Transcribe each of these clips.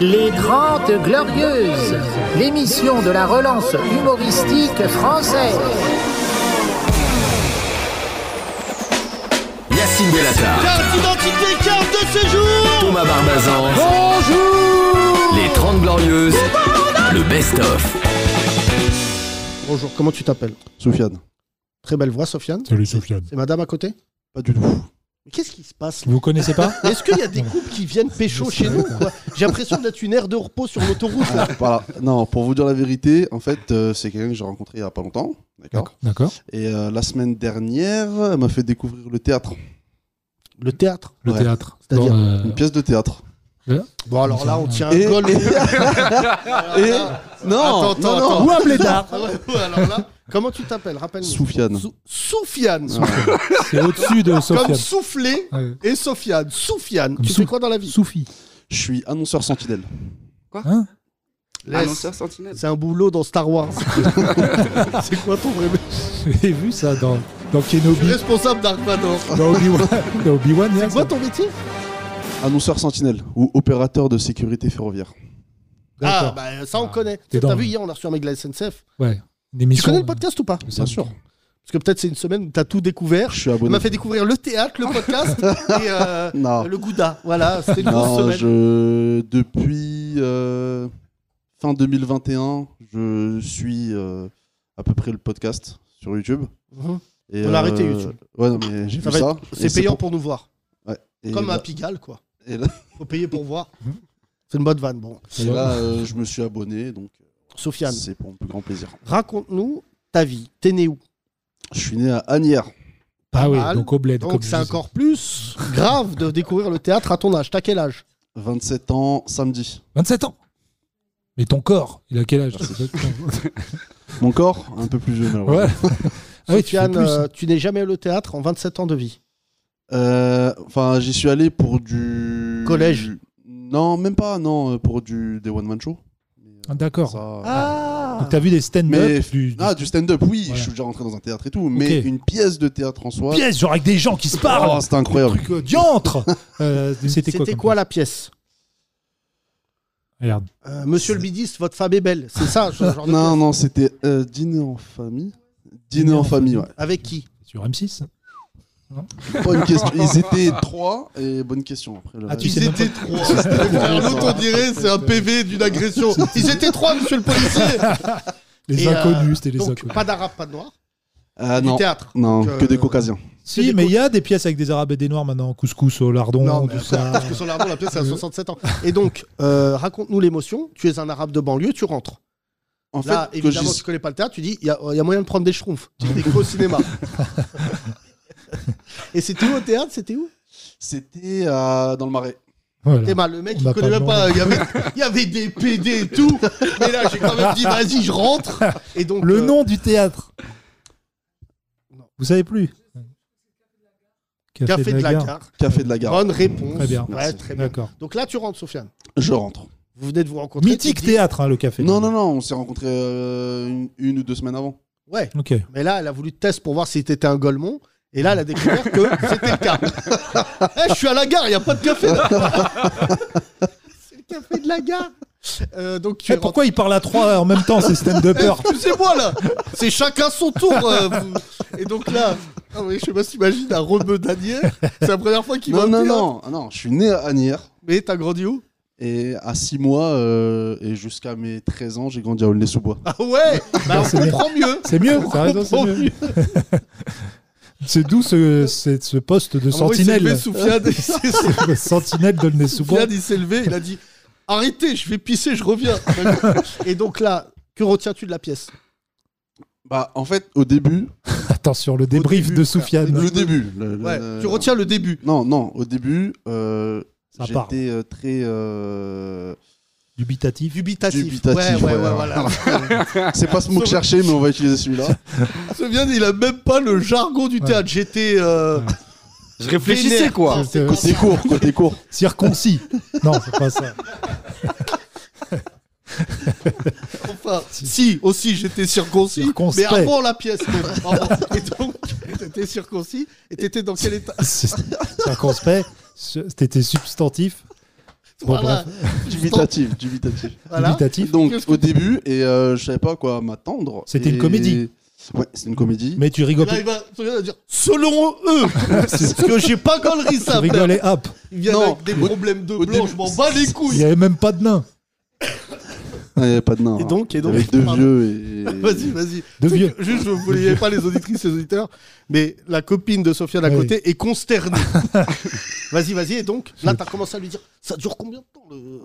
Les Grandes Glorieuses, l'émission de la relance humoristique française. Yacine Bellatar, Carte d'identité, carte de séjour Thomas Barbazan, Bonjour les 30 Glorieuses, le best-of. Bonjour, comment tu t'appelles Sofiane, Très belle voix, Sofiane. Salut Sofiane. C'est madame à côté pas du tout. Mais qu'est-ce qui se passe là Vous connaissez pas Mais Est-ce qu'il y a des couples qui viennent pécho chez nous quoi J'ai l'impression d'être une aire de repos sur l'autoroute. là. Ah, Voilà. Non, pour vous dire la vérité, en fait, euh, c'est quelqu'un que j'ai rencontré il y a pas longtemps. D'accord. D'accord. Et euh, la semaine dernière, elle m'a fait découvrir le théâtre. Le théâtre. Le Ouais. théâtre. C'est-à-dire Dans, euh, Une pièce de théâtre. Bon, alors là, on tient un Et- goal. et- Et- Non, Attends, non, attends, non. attends. Ou un blédard. Ah ouais, ouais, alors là, comment tu t'appelles Rappelle-nous. Soufiane. Sou- Soufiane. c'est au-dessus de Comme Sofiane. soufflé Ouais. et Sofiane. Soufiane. Comme Tu sou- fais quoi dans la vie Soufi. Je suis annonceur sentinelle. Hein Laisse. Annonceur Sentinelle. C'est un boulot dans Star Wars. C'est quoi ton vrai J'ai vu ça dans, dans Kenobi. Responsable d'Arc Vador. Dans Obi-Wan. dans Obi-Wan, il y a C'est quoi ça. ton métier Annonceur sentinelle ou opérateur de sécurité ferroviaire. Ah, D'accord. bah ça, on Ah, connaît. t'es T'as dans- vu, hier, on a reçu un mec de la SNCF. Ouais. Une Tu émission, connais le euh, podcast ou pas de ça. Parce que peut-être c'est une semaine où t'as tout découvert. Je suis On abonné. m'a fait découvrir le théâtre, le podcast et euh, Non, le gouda. Voilà, c'était une grosse non semaine. je... depuis euh, fin 2021, je suis euh, à peu près le podcast sur YouTube. Mhm. Et, euh, On a arrêté YouTube. Ouais, non, mais j'ai Ça vu va ça. Et C'est payant pour- pour... nous voir. et bah, Comme là- à Pigalle, quoi. et là- Faut payer pour voir. Mhm. C'est une bonne vanne. Bon, Et là, euh, je me suis abonné, donc euh, Sofiane, c'est pour mon plus grand plaisir. raconte-nous ta vie. T'es né où Je suis né à Agnières. Ah oui, mal. donc au bled. comme Donc je c'est disais. encore plus grave de découvrir le théâtre à ton âge. T'as quel âge 27 ans, samedi. 27 ans. Mais ton corps, il a quel âge Mon corps, un peu plus vieux, malheureusement. Ouais. Ah oui, tu fais Sofiane, plus. euh, tu n'es jamais allé au théâtre en 27 ans de vie. Euh, Enfin, j'y suis allé pour du. Collège. Non, même pas, non, euh, pour du des one-man show. Ah, D'accord. Ça- Ah Donc t'as vu des Mais- stand-up du, du- Ah, du stand-up, oui, Voilà. je suis déjà rentré dans un théâtre et tout, mais Ok. une pièce de théâtre en soi. pièces, genre avec des gens qui se Oh, parlent. c'était incroyable. Truc, euh, diantre. Euh, C'était quoi, C'était comme quoi la pièce ça Regarde. Euh, Monsieur le bidiste, votre femme est belle. C'est ça, ce genre de Non, non, c'était euh, dîner en famille. Dîner, en famille, ouais. Avec qui Sur M6 Bonne question. Ils étaient trois et bonne question. Après, le Ah, tu reste. sais Ils même étaient trois. L'autre, on dirait, c'est un PV d'une agression. Ils étaient trois, monsieur le policier. Les Et, euh, inconnus, c'était les Donc, inconnus. pas d'arabe, pas de noir. Ah, Du non, théâtre. non Donc, que euh, des caucasiens. C'est Si, des mais il y a des pièces avec des arabes et des noirs maintenant, couscous au lardon, Non, mais tout ça. Parce que sur l'arbre, la pièce, c'est à 67 ans. Et donc, euh, raconte-nous l'émotion. Tu es un arabe de banlieue, tu rentres. En fait, Là, que j'y- évidemment, tu connais pas le théâtre, tu dis, il y, a- il y a moyen de prendre des schtroumpfs. Tu fais des gros cinémas. Et c'était où au théâtre C'était où C'était euh, dans le marais. Voilà. Eh ben, le mec, On il n'a connaît pas même le pas. Il y, avait, il y avait des PD et tout. Mais là, j'ai quand même dit, vas-y, je rentre. Et donc, Le euh, nom du théâtre. Vous savez plus Café de la gare. Café de la gare. Bonne réponse. Très bien. Ouais, Merci. très bien. D'accord. Donc là, tu rentres, Sofiane. Je rentre. Vous venez de vous rencontrer. Mythique tu te dis- théâtre, hein, le café. de la Non, non, gare. non, on s'est rencontrés euh, une, une ou deux semaines avant. Ouais. Ok. Mais là, elle a voulu te tester pour voir si t'étais un golemon. Et là, elle a découvert que c'était le cas. Eh, je suis à la gare, il n'y a pas de café. C'est le café de la gare. Euh, donc tu Eh, es rentré- Eh, pourquoi ils parlent à trois en même temps, ces stand-uppers Excusez-moi là, c'est chacun son tour. euh, vous- Et donc là, non, mais je sais pas si t'imagines un rebeu d'Anière. C'est la première fois qu'il Non, va au non, théâtre. non, Ah non, je suis né à Agnières Mais t'as grandi où et à 6 mois euh, et jusqu'à mes 13 ans, j'ai grandi à Aulnay-sous-Bois. Ah ouais, bah, on C'est bien. comprend mieux. C'est mieux, On t'as raison, c'est comprend mieux. C'est d'où ce, c'est- ce poste de Ah, moi, il s'est levé, sentinelle. Soufiane, il s'est- Le sentinelle de Nesouba. Soufiane, il s'est levé, il a dit Arrêtez, je vais pisser, je reviens. Et donc là, que retiens-tu de la pièce Bah, en fait, au début, Attention, le débrief début, de frère, Soufiane. le début. le- le- Ouais, tu retiens le début. Non, non, au début, euh, Ça part. j'étais euh, très. euh, Dubitatif. Dubitatif. Dubitatif, ouais, ouais, ouais, ouais, ouais. voilà. C'est pas ce mot que je cherchais, mais on va utiliser celui-là. Soufiane, il a même pas le jargon du Ouais. théâtre. J'étais. euh, Je réfléchissais Vénère. quoi C'est- Côté court, côté court. Circoncis. Non, c'est pas ça. Enfin, si, aussi, j'étais circoncis. Circonspect. Mais avant la pièce. donc, avant. Et donc, t'étais circoncis. Et t'étais dans quel état C'est- Circonspect. C'était substantif. Bon, Voilà. Dubitatif, dubitatif. Voilà. Dubitatif. Donc Qu'est-ce que au début, et euh, je savais pas à quoi m'attendre. C'était une Et- comédie. Ouais, c'était une comédie. Mais tu Et rigoles, là, il va il va dire selon eux, parce que j'ai pas gaulerie tu ça. frère. rigoles et hop. Ils viennent Non. avec des Au- problèmes de au blanc, début- je m'en bats les Il n'y couilles. avait même pas de nain, Ah, il y avait pas de nain. Et hein. donc, et donc, Avec deux pardon. vieux et. Vas-y, vas-y. de vieux. Juste, je ne voulais pas les auditrices et les auditeurs, mais la copine de Sophia d'à Oui. côté est consternée. vas-y, vas-y, et donc, là, t'as commencé à lui dire, ça dure combien de temps le...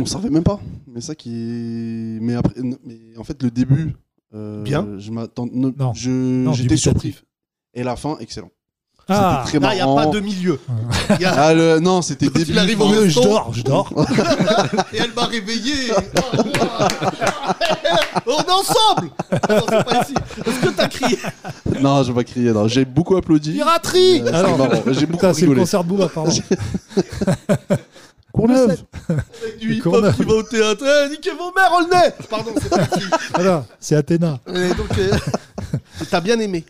On savait même pas. Mais ça qui. est- Mais après, non, mais en fait, le début. euh, Bien. Je m'attends. ne- Non. je- Non, J'étais dubitatif. surpris. Et la fin, excellent. Ah, C'était très Là, il n'y a marrant. pas de milieu. Y a- Ah, le- non, c'était début. il arrive au fin. milieu, je dors, je dors. Et elle m'a réveillé. On est ensemble Non, c'est pas ici. Est-ce que t'as crié Non, je vais pas crier. non. J'ai beaucoup applaudi. Piraterie Euh, c'était Alors- marrant. J'ai beaucoup Putain, c'est le rigolé. concert de Booba, pardon. Courneuve. Avec du Et hip-hop Corneille. qui va au théâtre. Eh, niquez vos mères, on le nez Pardon, c'est pas ici. Voilà, c'est Athéna. Et donc, euh, t'as bien aimé.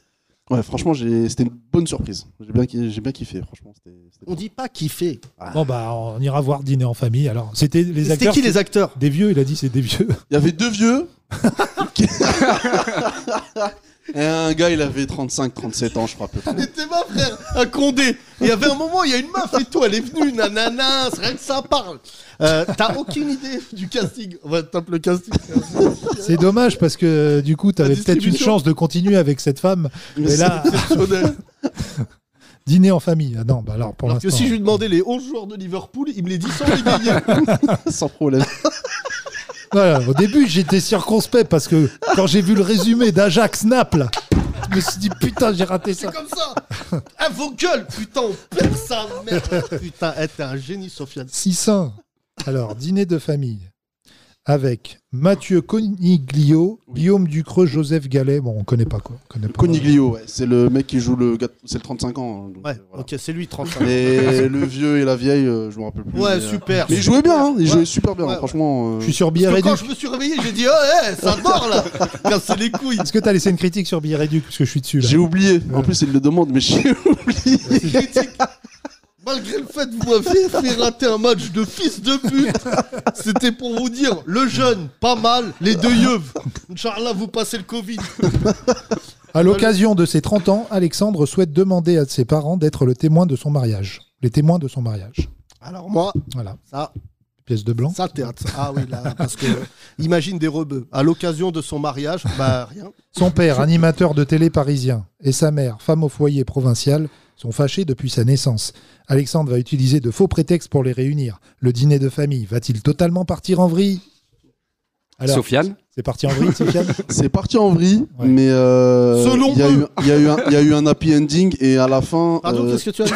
Ouais, franchement, j'ai- c'était une bonne surprise. J'ai bien, ki- j'ai bien kiffé, franchement. c'était- c'était- On dit pas kiffé. Bon, bah, on ira voir dîner en famille. Alors, c'était les C'était acteurs. qui les acteurs Des vieux, il a dit c'est des vieux. Il y avait deux vieux. qui- Et un gars, il avait 35, 37 ans, je crois, peut-être. C'était ma frère, un condé. Il y avait un moment, il y a une meuf et tout, elle est venue, nanana, c'est rien que ça parle. Euh, T'as aucune idée du casting. On va taper le casting. C'est dommage parce que euh, du coup, t'avais peut-être une distribution. chance de continuer avec cette femme. Mais là, Exceptionnel. dîner en famille. Ah non, bah alors pour Alors que l'instant. si je lui demandais les 11 joueurs de Liverpool, il me les dit sans les bégayer. Sans problème. Voilà, au début, j'étais circonspect parce que quand j'ai vu le résumé d'Ajax Naples, je me suis dit putain, j'ai raté ça. C'est comme ça. Ah, vos gueules, putain, on perd sa mère. Putain, eh, t'es un génie, Sofiane. 600. Alors, dîner de famille avec Mathieu Coniglio, Guillaume Ducreux, Joseph Gallet. Bon, on connaît pas quoi. on connaît pas. Coniglio, ouais, c'est le mec qui joue le gars. C'est le 35 ans. hein, donc, Ouais, voilà. ok, c'est lui, 35. Et le vieux et la vieille, euh, je me rappelle plus. Ouais, mais, euh, super. Mais il jouait bien, hein, il Ouais. jouait super bien, Ouais, hein, ouais. franchement. euh, Je suis sur Billet Parce que quand Réduc. je me suis réveillé, j'ai dit, oh, eh, ça dort là. Cassez les couilles. Est-ce que t'as laissé une critique sur Billet Réduc Parce que je suis dessus là. J'ai oublié. En plus, il le demande, mais j'ai oublié. Malgré le fait que vous m'avez fait rater un match de fils de pute, c'était pour vous dire, le jeune, pas mal, les deux yeux. Inch'Allah, vous passez le Covid. À l'occasion de ses 30 ans, Alexandre souhaite demander à ses parents d'être le témoin de son mariage. Les témoins de son mariage. Alors moi, Voilà, ça, pièce de blanc. ça théâtre. Ah oui, là, parce que, imagine des rebeux. À l'occasion de son mariage, bah rien. Son père, animateur de télé parisien, et sa mère, femme au foyer provinciale, sont fâchés depuis sa naissance. Alexandre va utiliser de faux prétextes pour les réunir. Le dîner de famille va-t-il totalement partir en vrille Alors, Sofiane c'est parti en vrille, Sofiane C'est parti en vrille, Ouais. mais euh, Selon il y, a eux. eu- il y a eu un- il y a eu un happy ending et à la fin. Pardon, euh, qu'est-ce que tu as dit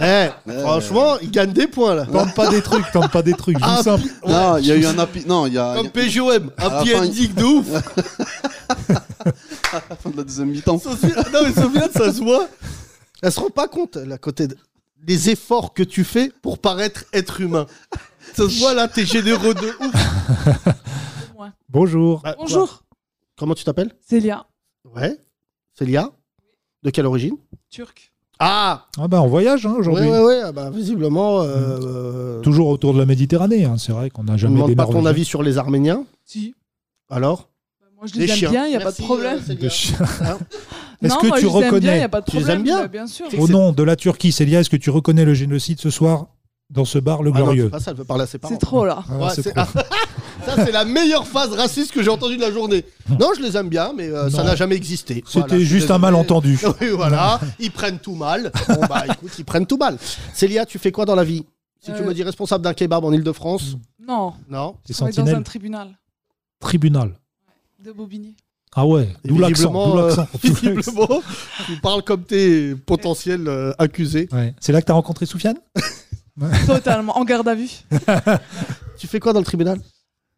ouais. Eh, franchement, il gagne des points là. Tente pas des trucs, tente pas des trucs, Ah, joue simple. Non, il y a eu un happy. Non, il y a. Comme PGOM, la un pied fin, il- ending de ouf. la fin de la deuxième mi-temps. Sophie- Non, mais Sofiane, ça se voit. Elle se rend pas compte, là, à côté de- des efforts que tu fais pour paraître être humain. Ça se voit, là, t'es généreux de ouf. Bonjour. Bah, quoi Bonjour, Comment tu t'appelles Célia, Ouais. Célia De quelle origine turc. Ah Ah bah on voyage hein, Ouais, aujourd'hui. Mm. ouais, ouais. ah bah, visiblement, euh, euh, Toujours autour de la Méditerranée, hein, c'est vrai qu'on n'a je ne jamais demande des pas ton Norvégiens. avis sur les Arméniens. Si. Alors Moi, je Les les aime chiens. Ah, bien, il n'y a pas Merci, de problème. euh, Célia. De chien. Hein Est-ce non, que moi, tu je les aime bien, il n'y reconnais, a pas de Tu les problème. aimes bien bah, Bien sûr. au nom de la Turquie, Célia, est-ce que tu reconnais le génocide ce soir dans ce bar Le Ah non, Glorieux c'est pas ça, elle veut parler à ses parents. C'est trop là. Ah, Ouais, c'est c'est- trop. Ça, c'est la meilleure phase raciste que j'ai entendue de la journée. Non, je les aime bien, mais euh, ça Non. n'a jamais existé. C'était Voilà, je suis juste un désolé. malentendu. Oui, voilà, ils prennent tout mal. Bon, bah écoute, ils prennent tout mal. Célia, tu fais quoi dans la vie Si tu Euh. me dis responsable d'un kebab en Ile-de-France Non, Non. C'est je travaille dans un sentinelle. tribunal Tribunal. de Bobigny. Ah ouais, d'où l'accent. Visiblement, d'où euh, l'accent. Visiblement, tu parles comme tes potentiels euh, accusés. Ouais. C'est là que t'as rencontré Soufiane Totalement, en garde à vue. Tu fais quoi dans le tribunal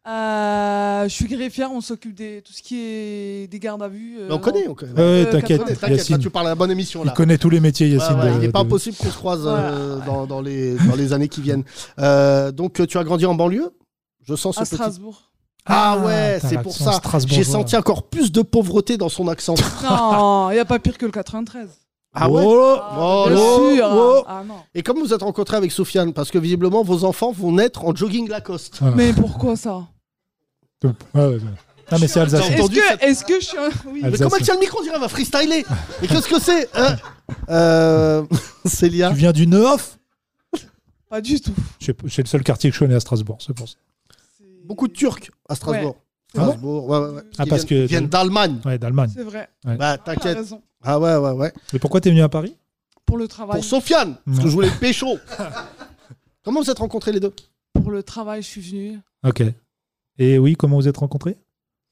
Euh, je suis greffière, on s'occupe de tout ce qui est des gardes à vue. euh, Mais On connaît, on connaît. Ouais, ouais, Euh, t'inquiète, quatre- T'inquiète, là, Yacine. tu parles à la bonne émission Il là. connaît tous les métiers, Ouais, Yacine. ouais, de- il n'est pas de- impossible qu'on se croise euh, dans, dans les, dans les années qui viennent. Euh, donc, euh, tu as grandi en banlieue Je sens ce À petit- Strasbourg. Ah ouais, t'as c'est pour l'accent ça. strasbourgeois. J'ai senti encore plus de pauvreté dans son accent. Non, il n'y a pas pire que le 93. Ah ouais Oh, bien sûr. oh. Ah non. Et comment vous êtes rencontré avec Sofiane Parce que visiblement, vos enfants vont naître en jogging Lacoste. Ah. Mais pourquoi ça Ouais, ouais, ouais. Ah, mais c'est alsacien. J'ai Est-ce entendu cette- que, est-ce que je suis. un- Oui. Mais comment elle tient le micro, on dirait, elle va freestyler Mais qu'est-ce que c'est hein Euh... Célia Tu viens du Neuf Pas du tout. Je sais pas, C'est le seul quartier que je connais à Strasbourg, c'est pour ça. C'est- Beaucoup de Turcs à Strasbourg. Ah bon Strasbourg, ouais, ouais, ouais. Ah, Ils parce viennent- que- Ils viennent d'Allemagne. Ouais, d'Allemagne. C'est vrai. Bah, Ah, t'inquiète. raison. Ah ouais, ouais, ouais. Mais pourquoi t'es venu à Paris Pour le travail. Pour Sofiane, parce que Non. je voulais le pécho. Comment vous êtes rencontrés les deux Pour le travail, je suis venue. Ok. Et oui, comment vous êtes rencontrés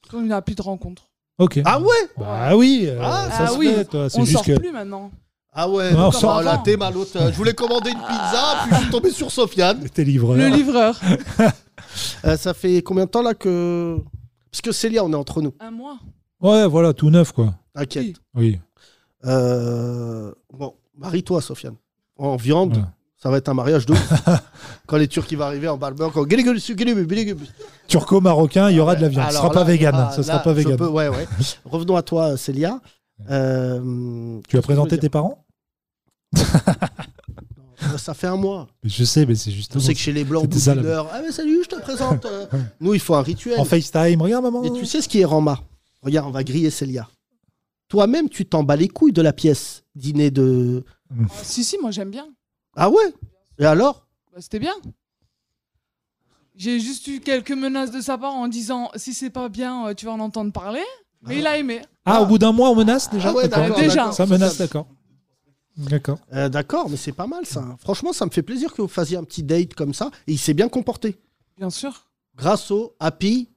Comme une appli de rencontre. Ok. Ah ouais Bah oui, euh, Ah, ça ah se oui. fait, toi. C'est On juste sort que. plus maintenant. Ah ouais, Ouais, on d'accord. sort. Ah là, t'es mal hôte. Je voulais commander une pizza, puis je suis tombé sur Sofiane. T'es livreur. Ah. Le livreur. Euh, ça fait combien de temps là que. Parce que Célia, on est entre nous. Un mois. Ouais, voilà, tout neuf, quoi. T'inquiète. Oui. Oui. Euh, Bon, marie-toi, Sofiane. En viande, Ouais. ça va être un mariage de ouf. quand les Turcs ils vont arriver en barbe, quand Guélégueulsu, Guélégueulsu, Guélégueulsu. Turco-marocain, il y aura de la viande. Ce Alors sera pas là, vegan. hein, ah, ce sera là, pas je vegan. peux- ouais, ouais. Revenons à toi, euh, Célia. Euh, qu'est-ce Tu as que je voulais présenté dire tes parents Euh, Ça fait un mois. Je sais, mais c'est juste. On sait que chez les Blancs, au C'était bout ça, d'une la- heure, ah, mais salut, je te présente. euh. Nous, il faut un rituel. En FaceTime, regarde, maman. Et tu sais ce qui est Rama Regarde, on va griller Célia. Toi-même, tu t'en bats les couilles de la pièce dîner de. Ah, si, si, moi j'aime bien. Ah ouais Et alors Bah, C'était bien. J'ai juste eu quelques menaces de sa part en disant si c'est pas bien, euh, tu vas en entendre parler. Mais il a aimé. Ah, au bout d'un mois, on menace déjà Ah ouais, D'accord. d'accord, Déjà. d'accord. Ça menace, d'accord. D'accord. Euh, D'accord, mais c'est pas mal ça. Franchement, ça me fait plaisir que vous fassiez un petit date comme ça. Et il s'est bien comporté. Bien sûr. Grâce au Happy.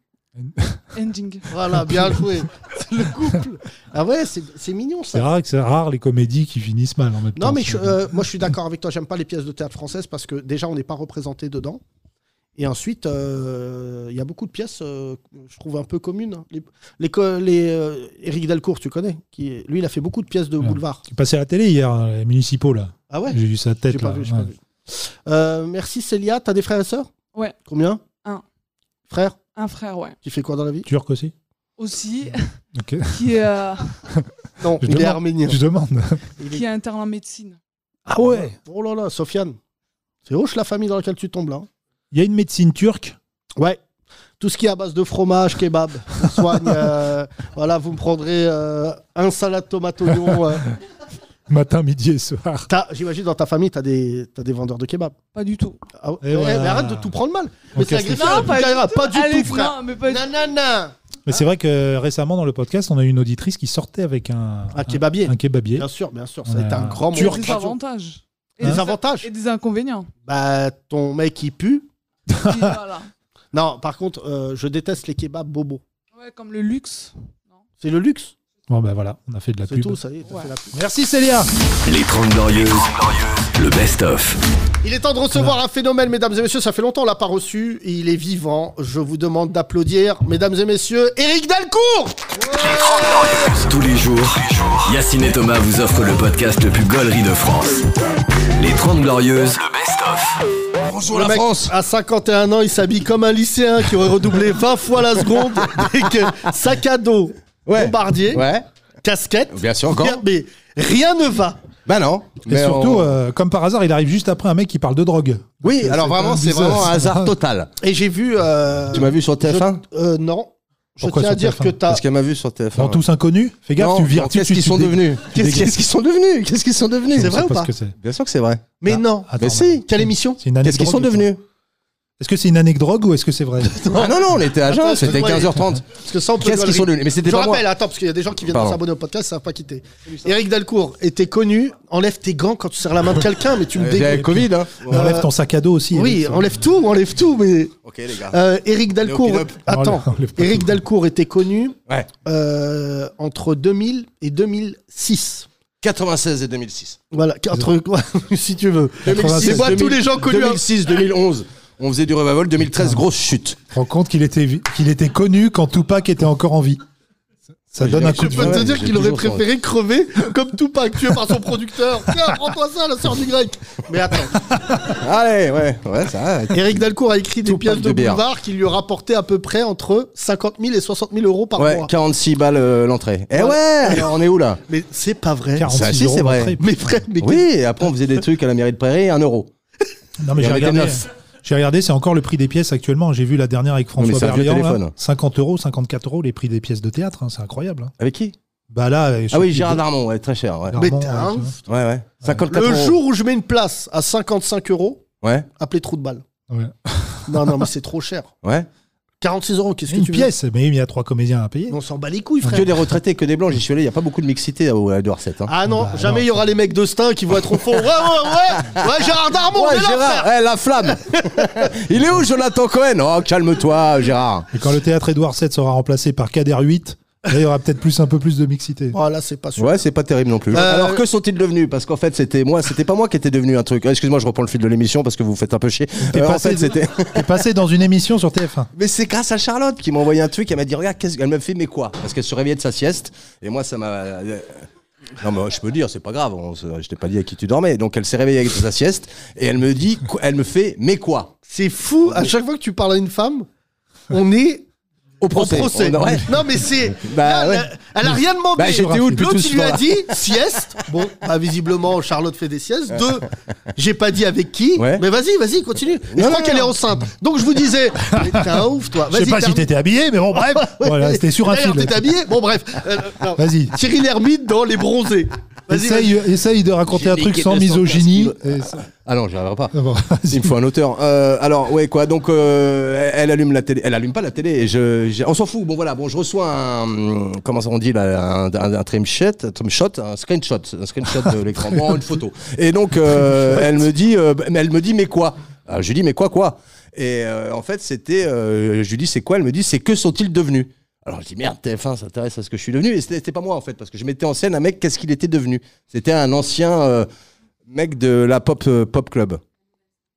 Ending. Voilà, bien joué. C'est le couple. Ah ouais, c'est c'est mignon C'est ça. rare, que c'est rare les comédies qui finissent mal en même temps. Non, mais je- euh, moi je suis d'accord avec toi. J'aime pas les pièces de théâtre françaises parce que déjà on n'est pas représenté dedans. Et ensuite, euh, il y a beaucoup de pièces, euh, je trouve un peu communes. hein. Les, les, co- les, euh, Éric Delcourt, tu connais qui, est- Lui, il a fait beaucoup de pièces de Ouais. boulevard. Qui passait à la télé hier, hein, les municipaux, là. Ah ouais J'ai vu sa tête. J'ai pas là. vu, j'ai pas Ouais. vu. Euh, merci Célia. T'as des frères et sœurs Ouais. Combien Un. Frère Un frère, ouais. Tu fais quoi dans la vie Turc aussi Aussi, Ok. qui est, euh, Non, Je il est demande. arménien. Tu demandes. Il est- qui est interne en médecine. Ah ouais Oh là là, Sofiane. C'est hoche la famille dans laquelle tu tombes là. hein. Il y a une médecine turque. Ouais. Tout ce qui est à base de fromage, kebab, on soigne. euh, voilà, vous me prendrez euh, un salade tomate oignon. euh. Matin, midi et soir. T'as- J'imagine dans ta famille, t'as des, t'as des vendeurs de kebab. Pas du tout. Ah ouais. Et Eh, voilà. Mais arrête de tout prendre mal. Mais Ok, c'est c'est- agressif. Non, la pas Bulgarie, du pas du Allez, tout, frère. Non, mais pas du Nanana. Mais c'est vrai que récemment, dans le podcast, on a eu une auditrice qui sortait avec un, Un kebabier. un kebabier. Bien sûr, bien sûr. Ça Ouais. a été un grand Turc. moment. Des avantages. Et Des des- avantages. Et des inconvénients. Bah, ton mec, il pue. Et voilà. Non, par contre, euh, je déteste les kebabs bobo. Ouais, comme le luxe. C'est le luxe. Bon, ben voilà, on a fait de la C'est pub. tout, ça y est, t'as Ouais. fait la pub. Merci Célia Les 30 Glorieuses, le best-of. Il est temps de recevoir un phénomène, mesdames et messieurs. Ça fait longtemps on l'a pas reçu. Il est vivant. Je vous demande d'applaudir, mesdames et messieurs, Eric Dalcourt Tous les jours, Yacine et Thomas vous offrent le podcast le plus gaulerie de France. Les 30 Glorieuses, le best-of. Bonjour Le la mec, France À 51 ans, il s'habille comme un lycéen qui aurait redoublé 20 fois la seconde. Dès que sac à dos, Ouais. bombardier, Ouais, casquette. bien sûr encore. Rien- Mais rien ne va. Bah non. Et mais surtout, on- euh, comme par hasard, il arrive juste après un mec qui parle de drogue. Oui, c'est- alors euh, c'est vraiment, quand c'est même bizarre, vraiment un ça. hasard total. Et j'ai vu. euh, Tu m'as vu sur TF1 je- euh, Non. Je Pourquoi tiens à sur dire TF1? que t'as. Parce qu'elle m'a vu sur TF1. Dans tous inconnus Fais gaffe, Non, tu vires tout de Qu'est-ce suite, qu'ils tu sont dé- devenus tu Qu'est-ce dégages. qu'est-ce qu'ils sont devenus Qu'est-ce qu'ils sont devenus C'est vrai ou Je sais pas ce que c'est. Bien sûr que c'est vrai. Ah. Mais non. Ah, Attends, Mais si Quelle émission c'est une année Qu'est-ce de qu'ils sont drogue, ça. devenus Est-ce que c'est une année de drogue ou est-ce que c'est vrai Ah non, non, on était à Attends, jeun, c'était excuse-moi, 15h30. Parce que ça, on peut Qu'est-ce qu'ils sont devenus Mais c'était Je pas moi. rappelle, attends, parce qu'il y a des gens qui viennent de Pardon. s'abonner au podcast, ça va pas quitter. Eric Dalcourt était connu. Enlève tes gants quand tu serres la main de quelqu'un, mais tu me Il y a le dégoûtes. Covid, hein. Enlève ton sac à dos aussi. Oui, Eric. enlève tout, enlève tout, mais Ok, les gars. euh, Eric Dalcourt. pin-up. Attends, Enlève- enlève pas Eric tout. Dalcourt était connu Ouais. euh, entre 2000 et 2006. 96 et 2006. Voilà, entre si tu veux. 96, C'est moi tous les gens connus. hein. 2006, 2011. On faisait du revival. 2013, grosse chute. Te rends compte qu'il était, vi- qu'il était connu quand Tupac était encore en vie. Ça Ouais, donne il a- un coup je de peux vieux. te dire- Ouais, j'ai toujours ça, ouais. crever comme Tupac, tué par son producteur. Tiens, prends-toi ça, la sœur du grec. Mais attends, Allez, ouais, ouais, ça. va. Eric Dalcourt a écrit des Tupac pièces de de bière. boulevard qui lui rapportaient à peu près entre 50 000 et 60 000 euros par Ouais, mois. 46 balles euh, l'entrée. Eh Ouais. ouais, alors on est où là Mais c'est pas vrai. 46 Ça, si, euros c'est vrai. d'entrée. Mais frère, mais Oui, et après on faisait des trucs à la mairie de Prairie, 1 euro. Non, mais Il y j'ai en mettait regardé. euh, neuf. J'ai regardé, c'est encore le prix des pièces actuellement. J'ai vu la dernière avec mais François c'est un vieux Berléand. là. téléphone. 50 euros, 54 euros les prix des pièces de théâtre. hein, c'est incroyable. hein. Avec qui Bah là, euh, Ah sur- oui, Gérard Darmon, ouais, très cher. Ouais, Darmon, mais ouais, t'es un tu vois. Euh, ouf. ouais. ouais. 54 le euros. jour où je mets une place à 55 euros, Ouais, appelez trou de balle. Ouais. non, non, mais c'est trop cher. ouais. 46 euros, qu'est-ce que Une tu veux pièce, mais il y a trois comédiens à payer. Mais On s'en bat les couilles, Que frère. des retraités, que des blancs, j'y suis allé, il n'y a pas beaucoup de mixité au- à Edouard 7. Hein. Ah non, Bah, jamais non. il y aura les mecs de Stein qui vont être au fond. Ouais, ouais, ouais, ouais, Gérard Darmon, on est ouais, là, frère. Gérard, eh, la flamme Il est où Jonathan Cohen Oh, calme-toi, Gérard Et quand le théâtre Édouard VII sera remplacé par Kader 8, là, il y aura peut-être plus un peu plus de mixité. Oh là, c'est pas sûr. Ouais, c'est pas terrible non plus. Euh, Alors que sont-ils devenus Parce qu'en fait, c'était moi, c'était pas moi qui était devenu un truc. Ah, Excuse-moi, je reprends le fil de l'émission parce que vous vous faites un peu chier. T'es Euh, en passé fait, de- c'était. T'es passé dans une émission sur TF1. Mais c'est grâce à Charlotte qui m'a envoyé un truc. Elle m'a dit regarde, qu'est-ce qu'elle m'a fait mais quoi Parce qu'elle se réveillait de sa sieste et moi ça m'a. euh, Non mais je peux dire, c'est pas grave. on se- Je t'ai pas dit à qui tu dormais. Donc elle s'est réveillée avec sa sieste et elle me dit, qu- elle me fait mais quoi C'est fou, à chaque fois que tu parles à une femme, on est Au au procès. procès. On- ouais. Non, mais c'est. Bah, là, ouais. elle, a- elle a rien demandé. Bah, j'étais où depuis L'autre, tout ce il lui a temps-là dit sieste. Bon, bah, visiblement, Charlotte fait des siestes. Deux, j'ai pas dit avec qui. Ouais. Mais vas-y, vas-y, continue. Et je Non, crois non, qu'elle est non. enceinte. Donc, je vous disais, mais t'es un ouf, toi. Je sais pas si t'étais habillé, mais bon, Ah, bref. Voilà, c'était sur un fil. D'ailleurs, t'es habillé. Bon, bref. Euh, non. Vas-y. Thierry Lhermitte dans Les Bronzés. Vas-y, vas-y. Essaye, essaye de raconter J'ai un truc niqué sans 215 misogynie. kilos. Et ça- Ah non, j'y arriverai pas. Ah bon, Il vas-y. me faut un auteur. Euh, alors ouais quoi. Donc euh, elle allume la télé. Elle allume pas la télé. Et je, j'ai- on s'en fout. Bon voilà. Bon je reçois un comment on dit là un, un, un trim shot, un trim shot, un screenshot, un screenshot de l'écran, Bon, une photo. Et donc euh, elle me dit, euh, mais elle me dit mais quoi Alors, Je lui dis mais quoi quoi Et euh, en fait c'était, euh, je lui dis c'est quoi Elle me dit c'est que sont-ils devenus alors je dis merde, TF1 s'intéresse à ce que je suis devenu. Et c'était c'était pas moi en fait, parce que je mettais en scène un mec, qu'est-ce qu'il était devenu C'était un ancien euh, mec de la pop, euh, pop club.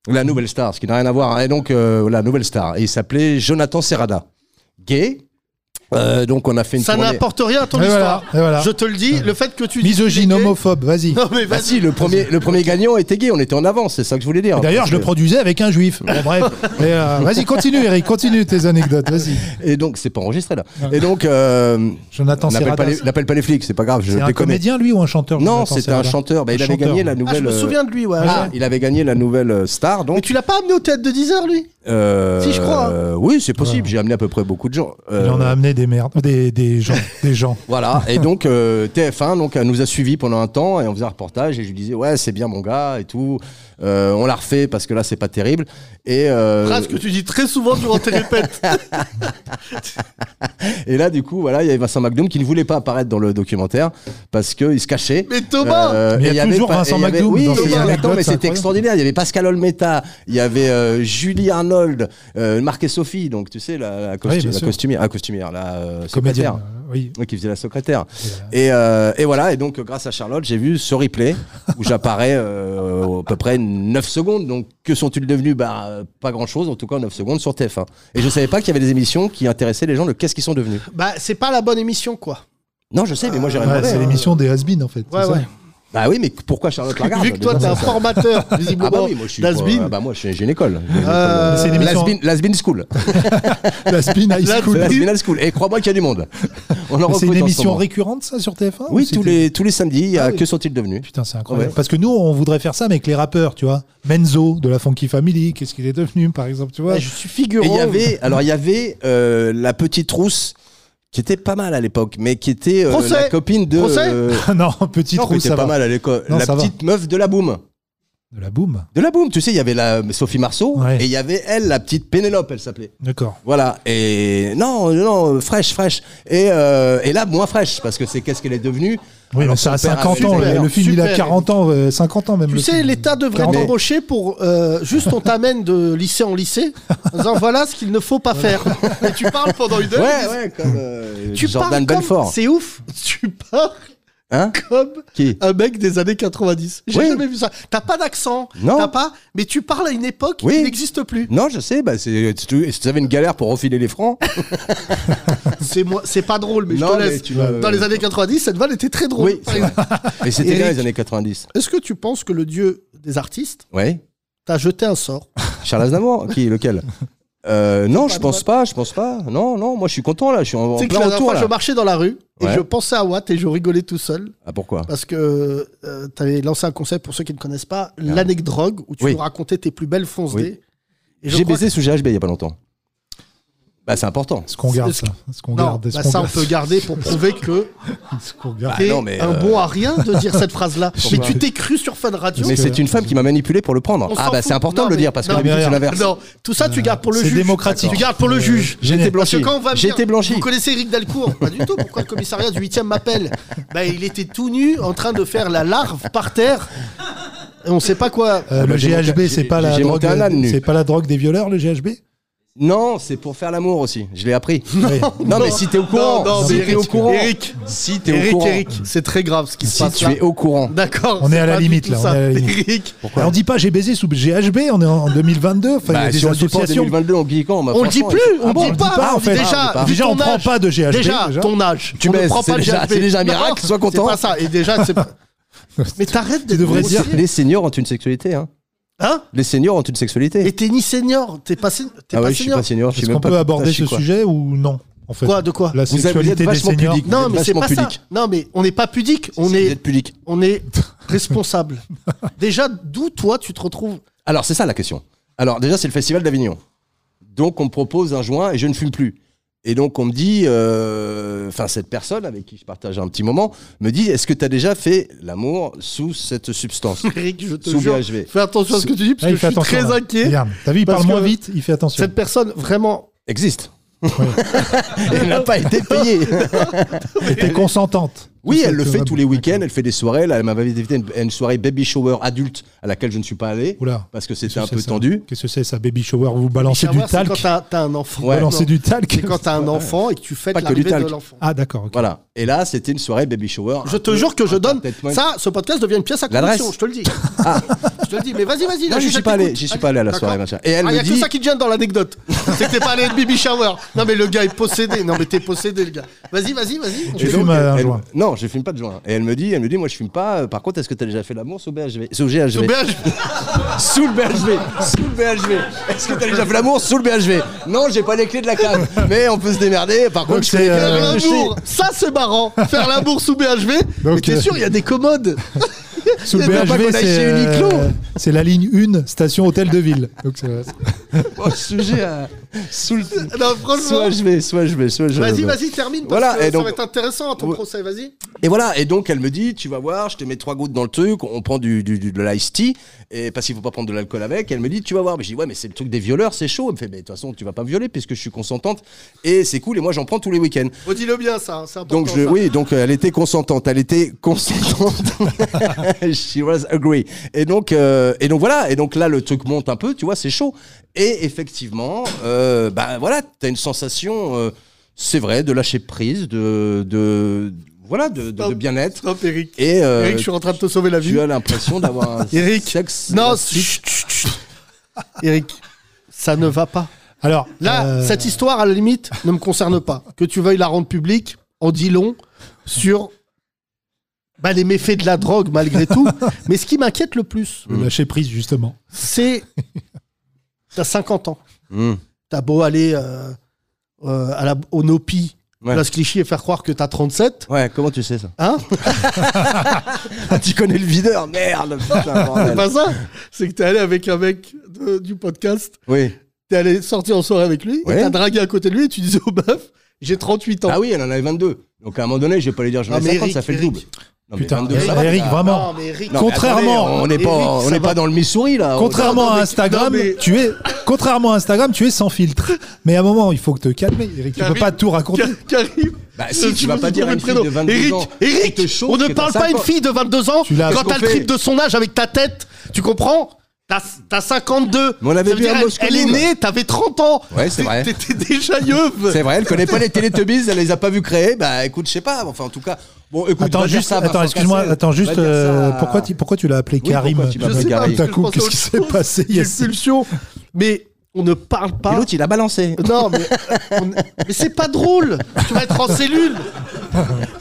La nouvelle star, ce qui n'a rien à voir. hein. Et donc, euh, la nouvelle star. Et il s'appelait Jonathan Serrada. Gay. Euh, donc, on a fait une Ça tournée. n'apporte rien à ton Et histoire. voilà, et voilà. Je te le dis, le fait que tu dis que Misogyne, t'es gay- homophobe, vas-y. Non, mais Bah vas-y. si, le premier, le premier gagnant était gay. On était en avance, c'est ça que je voulais dire. Et D'ailleurs, je le Parce que- produisais avec un juif. Bon, bref. Et, euh, vas-y, continue, Eric, continue tes anecdotes, vas-y. Et donc, c'est pas enregistré là. Et donc, euh, Ah. Jonathan on n'appelle Serrada. pas, les- n'appelle pas les flics, c'est pas grave, je C'est un déconne. comédien, lui, ou un chanteur Non, Jonathan c'était un Serrada chanteur. Bah, il Un avait chanteur. gagné la Ah, je nouvelle. me euh, souviens de lui, ouais. Ah, il avait gagné la nouvelle euh, star, Mais donc. tu l'as pas amené aux têtes de 10 heures, lui euh, Si, je crois, hein. euh, oui, c'est possible. J'ai amené à peu près beaucoup de gens. Il en a Euh, amené des merdes, des, des gens, des gens. Voilà, et donc euh, TF1 donc, elle nous a suivis pendant un temps et on faisait un reportage et je lui disais ouais c'est bien mon gars et tout, Euh, on la refait parce que là c'est pas terrible. Et, euh, Phrase que tu dis très souvent durant tes répètes. et là du coup voilà il y avait Vincent McDoom qui ne voulait pas apparaître dans le documentaire parce qu'il se cachait. Mais Thomas Euh, Mais il y et a avait toujours pas- Vincent et il y avait- McDoom oui, dans ces mais attends, anecdotes, mais c'était c'est incroyable. extraordinaire. Il y avait Pascal Olmeta, il y avait euh, Julie Arnold, euh, Marc et Sophie, donc tu sais, la, la, costu- Oui, bien la sûr. costumière, ah, costumière, la euh, Comédien. secrétaire. euh, Oui. Oui, qui faisait la secrétaire. Et, euh, et voilà, et donc euh, grâce à Charlotte, j'ai vu ce replay où j'apparais euh, à peu près 9 secondes. Donc que sont-ils devenus bah, euh, Pas grand-chose, en tout cas 9 secondes sur TF1. Et je savais pas qu'il y avait des émissions qui intéressaient les gens de qu'est-ce qu'ils sont devenus. Bah, c'est pas la bonne émission, quoi. Non, je sais, mais moi j'ai rien Ouais, demandé, c'est hein. l'émission des has en fait. c'est Ouais, ça ouais. Bah oui, mais pourquoi Charlotte la regarde Vu que toi, t'es déjà, un ça formateur, Ah bah visiblement, oui, moi je suis. d'Asbin. euh, bah moi j'ai j'ai une école. Euh, C'est une émission- L'Asbin School. La Spin High La- School. L'Asbin School. Et crois-moi qu'il y a du monde. On en Mais C'est recrute en une ce émission moment. récurrente, ça, sur TF1 ou Oui, tous Oh, c'était- les, tous les samedis, il y a Ah oui. que sont-ils devenus Putain, c'est incroyable. Ouais. Parce que nous, on voudrait faire ça, mais avec les rappeurs, tu vois. Menzo, de la Funky Family, qu'est-ce qu'il est devenu, par exemple, tu vois. Bah, Je suis figurant. Et il y avait, alors il y avait euh, la petite rousse qui était pas mal à l'époque, mais qui était euh, Procès. la copine de. Procès. euh, Ah non, petit non, qui trou, était ça pas va. mal à l'école. Non, La ça va. petite meuf de la boum. De la boum. De la boum, tu sais, il y avait la Sophie Marceau Ouais. et il y avait elle, la petite Pénélope, elle s'appelait. D'accord. Voilà. Et non, non, euh, fraîche, fraîche. Et, euh, et là, moins fraîche, parce que c'est qu'est-ce qu'elle est devenue. Oui, Alors, mais ça a son père 50 avait- ans. super, le- le film, il super. a 40 ans, euh, 50 ans même. Tu le sais, film. l'État devrait 40 ans. t'embaucher pour euh, juste on t'amène de lycée en lycée en disant voilà ce qu'il ne faut pas faire. Et tu parles pendant une heure. Ouais, ouais, comme euh, Tu Jordan parles comme- Belfort. C'est ouf. Tu parles Hein Comme Qui un mec des années 90. J'ai Oui. jamais vu ça. T'as pas d'accent, Non. t'as pas, mais tu parles à une époque Oui. qui n'existe plus. Non, je sais, bah, c'est, tu, tu avais une galère pour refiler les francs. C'est moi, c'est pas drôle, mais euh, Non, je te mais laisse. tu vas- Dans les années 90, cette vanne était très drôle. Oui, c'est vrai. Et c'était Eric. bien les années 90. Est-ce que tu penses que le dieu des artistes Ouais. t'a jeté un sort Charles Aznavour, qui lequel Euh, non, pas je pense pas, je pense pas. Non, non, moi je suis content là, je suis en, en Tu sais que la plein dernière retour fois, là. je marchais dans la rue et Ouais. je pensais à Watt et je rigolais tout seul Ah pourquoi parce que tu t'avais lancé un concept pour ceux qui ne connaissent pas, l'anecdrogue où tu Ah. Oui. nous racontais tes plus belles fonces Oui. D. Et je J'ai crois baisé sous GHB il y a pas longtemps. Bah c'est important. Ce qu'on garde, Est-ce ça. Ce qu'on que- Non, garde. ce bah qu'on ça on garde. peut garder pour prouver que Ce qu'on garde. t'es non, mais, un euh, bon à rien de dire cette phrase-là. mais Pourquoi tu t'es cru sur Fun Radio. Bah, Mais que- c'est une femme qui m'a manipulé pour le prendre. On Ah s'en bah fout. c'est important Non, de le mais- dire parce que non, d'habitude mais c'est rien. l'inverse. Non, tout ça tu gardes pour le C'est juge. démocratique. Tu gardes pour le Euh, juge. J'étais Parce que blanchi. quand on va J'ai bien- été blanchi. Vous connaissez Eric Delcourt Pas du tout. Pourquoi le commissariat du 8e m'appelle Bah, Il était tout nu en train de faire la larve par terre. Et on sait pas quoi. Euh, Ah bah, le j'ai GHB, monté- c'est j'ai- pas la j'ai drogue. monté un âne nu. C'est pas la drogue des violeurs, le GHB Non, c'est pour faire l'amour aussi. Je l'ai appris. Oui. Non, mais si t'es au courant, non, si mais t'es au Eric, courant, Eric, si t'es au Eric, courant, Eric, c'est très grave ce qui se si passe tu là. es au courant. D'accord. On est à c'est la pas limite, du tout là, on ça. est à la limite. Eric, Alors, on dit pas j'ai baisé sous GHB, on est en 2022. Enfin, Bah, il y a si des on le dit pas en associations. 2022, on le dit quand bah, on le dit franchement, plus, il faut- on Ah bon, dit pas. pas, en fait. Déjà, Ah, on dit pas. vu Déjà, ton on prend âge- pas de GHB, Déjà, déjà. ton âge. Tu on ne baisses, prend pas c'est de déjà- GHB. c'est déjà un Non, miracle, sois content. C'est pas ça. Et déjà, c'est pas. Mais t'arrêtes de Tu devrais grossir. dire- Les seniors ont une sexualité. Hein. Hein Les seniors ont une sexualité. Et t'es ni senior, t'es pas, sen- t'es ah pas ouais, je suis senior. pas senior. Je suis Est-ce même qu'on pas peut putain, je aborder suis ce quoi sujet ou non en fait Quoi, de quoi La Vous êtes- vous sexualité êtes des vachement seniors. pudique. Non, êtes mais c'est vachement pas ça. pudique. Non, mais on n'est pas pudique, on Si, vous est, êtes pudique. on est responsable. Déjà, d'où toi tu te retrouves Alors, c'est ça la question. Alors, déjà, c'est le Festival d'Avignon. Donc, on me propose un joint et je ne fume plus. Et donc, on me dit, euh, enfin, cette personne avec qui je partage un petit moment me dit Est-ce que tu as déjà fait l'amour sous cette substance Eric, je te Sous jure. GHB. Fais attention à ce que tu dis parce Là, que il je fait suis attention. très là. inquiet. Regarde, t'as vu, il Parce parle moins que- vite, il fait attention. Cette personne vraiment Existe. Elle n'a pas été payée. T'es consentante. Oui, Tout ça, elle le tu fait vois, tous les bon, week-ends, d'accord. elle fait des soirées. Là, elle m'avait invité à une- à une soirée baby shower adulte à laquelle je ne suis pas allé Oula. parce que Qu'est-ce c'était que un c'est, peu ça tendu. Qu'est-ce que c'est ça, baby shower Vous balancez Savoir, du c'est quand talc t'as t'as un enfant. Ouais. Balancer Non, du talc C'est quand t'as un enfant et que tu fêtes Pas que du l'arrivée de talc. l'enfant. Ah, d'accord. ok. Voilà. Et là, c'était une soirée baby shower. Je un te peu jure que je donne. entertainment. Ça, ce podcast devient une pièce à L'adresse. Ah. condition, je te le dis. Je te le dis, mais vas-y, vas-y. là, Non, j'y suis à pas t'écoute. allé, j'y suis pas allé à la D'accord. soirée, machin. Et elle Ah, me y a que dit- ça qui te gêne dans l'anecdote. C'est que t'es pas allé à Baby Shower. Non, mais le gars est possédé. Non, mais t'es possédé, le gars. Vas-y, vas-y, vas-y. on Tu fait- fumes euh, elle- euh, un elle- joint. Non, je fume pas de joint. Et elle me dit, elle me dit, moi je fume pas. Euh, Par contre, est-ce que t'as déjà fait l'amour sous BHV Sous GHV. Sous BH. Sous le BHV. Sous le BHV. Est-ce que t'as déjà fait l'amour sous le BHV Non, j'ai pas les clés de la cave. Mais on peut se démerder. Par contre, Donc, je connais c'est, quelqu'un Faire euh, qui a l'amour. Ça, c'est marrant. Faire l'amour sous BHV. Mais Donc, t'es euh, sûr, il y a des commodes. Sous le Il y a pas qu'on BHV, aille c'est chez euh, Uniqlo. c'est la ligne 1, station hôtel de ville. Donc, c'est- un Oh, sujet hein. à sous le sous Non, franchement. HV, sous HV, sous HV. Vas-y, vas-y, termine. Parce Voilà, que et ça donc- va être intéressant ton Ouais. procès. Vas-y. Et voilà, et donc elle me dit, tu vas voir, je te mets trois gouttes dans le truc, on prend du, du, du- de l'ice tea, et, parce qu'il faut pas prendre de l'alcool avec, elle me dit, tu vas voir, mais je dis, ouais, mais c'est le truc des violeurs, c'est chaud, elle me fait, mais de toute façon, tu vas pas me violer puisque je suis consentante, et c'est cool, et moi j'en prends tous les week-ends. Redis-le bien, ça. C'est important. Donc je, ça. oui, donc euh, elle était consentante, elle était consentante. She was agree. Et donc, euh, et donc voilà, et donc là le truc monte un peu, tu vois, c'est chaud. Et effectivement, euh, bah voilà, t'as une sensation, euh, c'est vrai, de lâcher prise, de, de voilà, de, de- de bien-être. Stop, Eric. Et euh, Eric, je suis en train de te sauver la vie. tu as l'impression d'avoir un Eric, sexe. Non, si- chut, chut, chut. Eric, ça ne va pas. Alors, Là, euh, cette histoire, à la limite, ne me concerne pas. Que tu veuilles la rendre publique, en dit long sur bah, les méfaits de la drogue, malgré tout. Mais ce qui m'inquiète le plus, le Mm. lâcher prise, justement. c'est. T'as 50 ans. Mm. T'as beau aller euh, euh, à la, au Nopi, Ouais. place Clichy, et faire croire que t'as 37. Ouais, comment tu sais ça Hein Ah, tu connais le videur, merde. putain, C'est bordel. pas ça. C'est que t'es allé avec un mec de- du podcast Oui. T'es allé sortir en soirée avec lui, Ouais. et t'as dragué à côté de lui, et tu disais au bœuf, j'ai 38 ans. Ah oui, elle en avait 22. Donc à un moment donné, je vais pas lui dire j'en Non, ai mais 50, Eric, ça fait le Eric. double. Non, mais Putain, 22, ça va. Eric, vraiment. Non, mais Eric, Non, mais Contrairement- attendez, on n'est pas, Eric, on ça n'est pas va. dans le Missouri là. Contrairement non, à mais- Instagram, non, mais- tu es contrairement à Instagram, tu es sans filtre. Mais à un moment, il faut que te calmer, Eric. Tu peux Karim- pas tout raconter. Ka- Karim, Bah, euh, si, tu je vas me pas suis dire à trompé une fille de prénom. de 22 Eric, ans qui Eric, te chauffe on ne que t'as parle pas à une 50. fille de 22 ans Tu l'as- quand qu'on elle triple fait. de son âge avec ta tête. Tu comprends T'as t'as 52. Mais on avait Ça veut vu dire, un elle, Moscou, elle est là. née, t'avais 30 ans. Ouais, c'est T'es- vrai. T'étais déjà yeuve. C'est vrai, elle connaît pas les Teletubbies, elle les a pas vues créer. Bah écoute, je sais pas, enfin en tout cas, Bon, écoute, Attends va dire juste, ça à attends, Vincent excuse-moi, Cassel. attends juste, Va dire ça euh, à- pourquoi tu, pourquoi tu l'as appelé Oui, Karim pourquoi tu m'as Je sais fait pas, garer Tout à Parce que je coup, pensais qu'est-ce à qui autre s'est chose. passé Quelle Yassine pulsion Mais on ne parle Et pas. l'autre, il a balancé. Non, mais, on- mais c'est pas drôle. Tu vas être en cellule.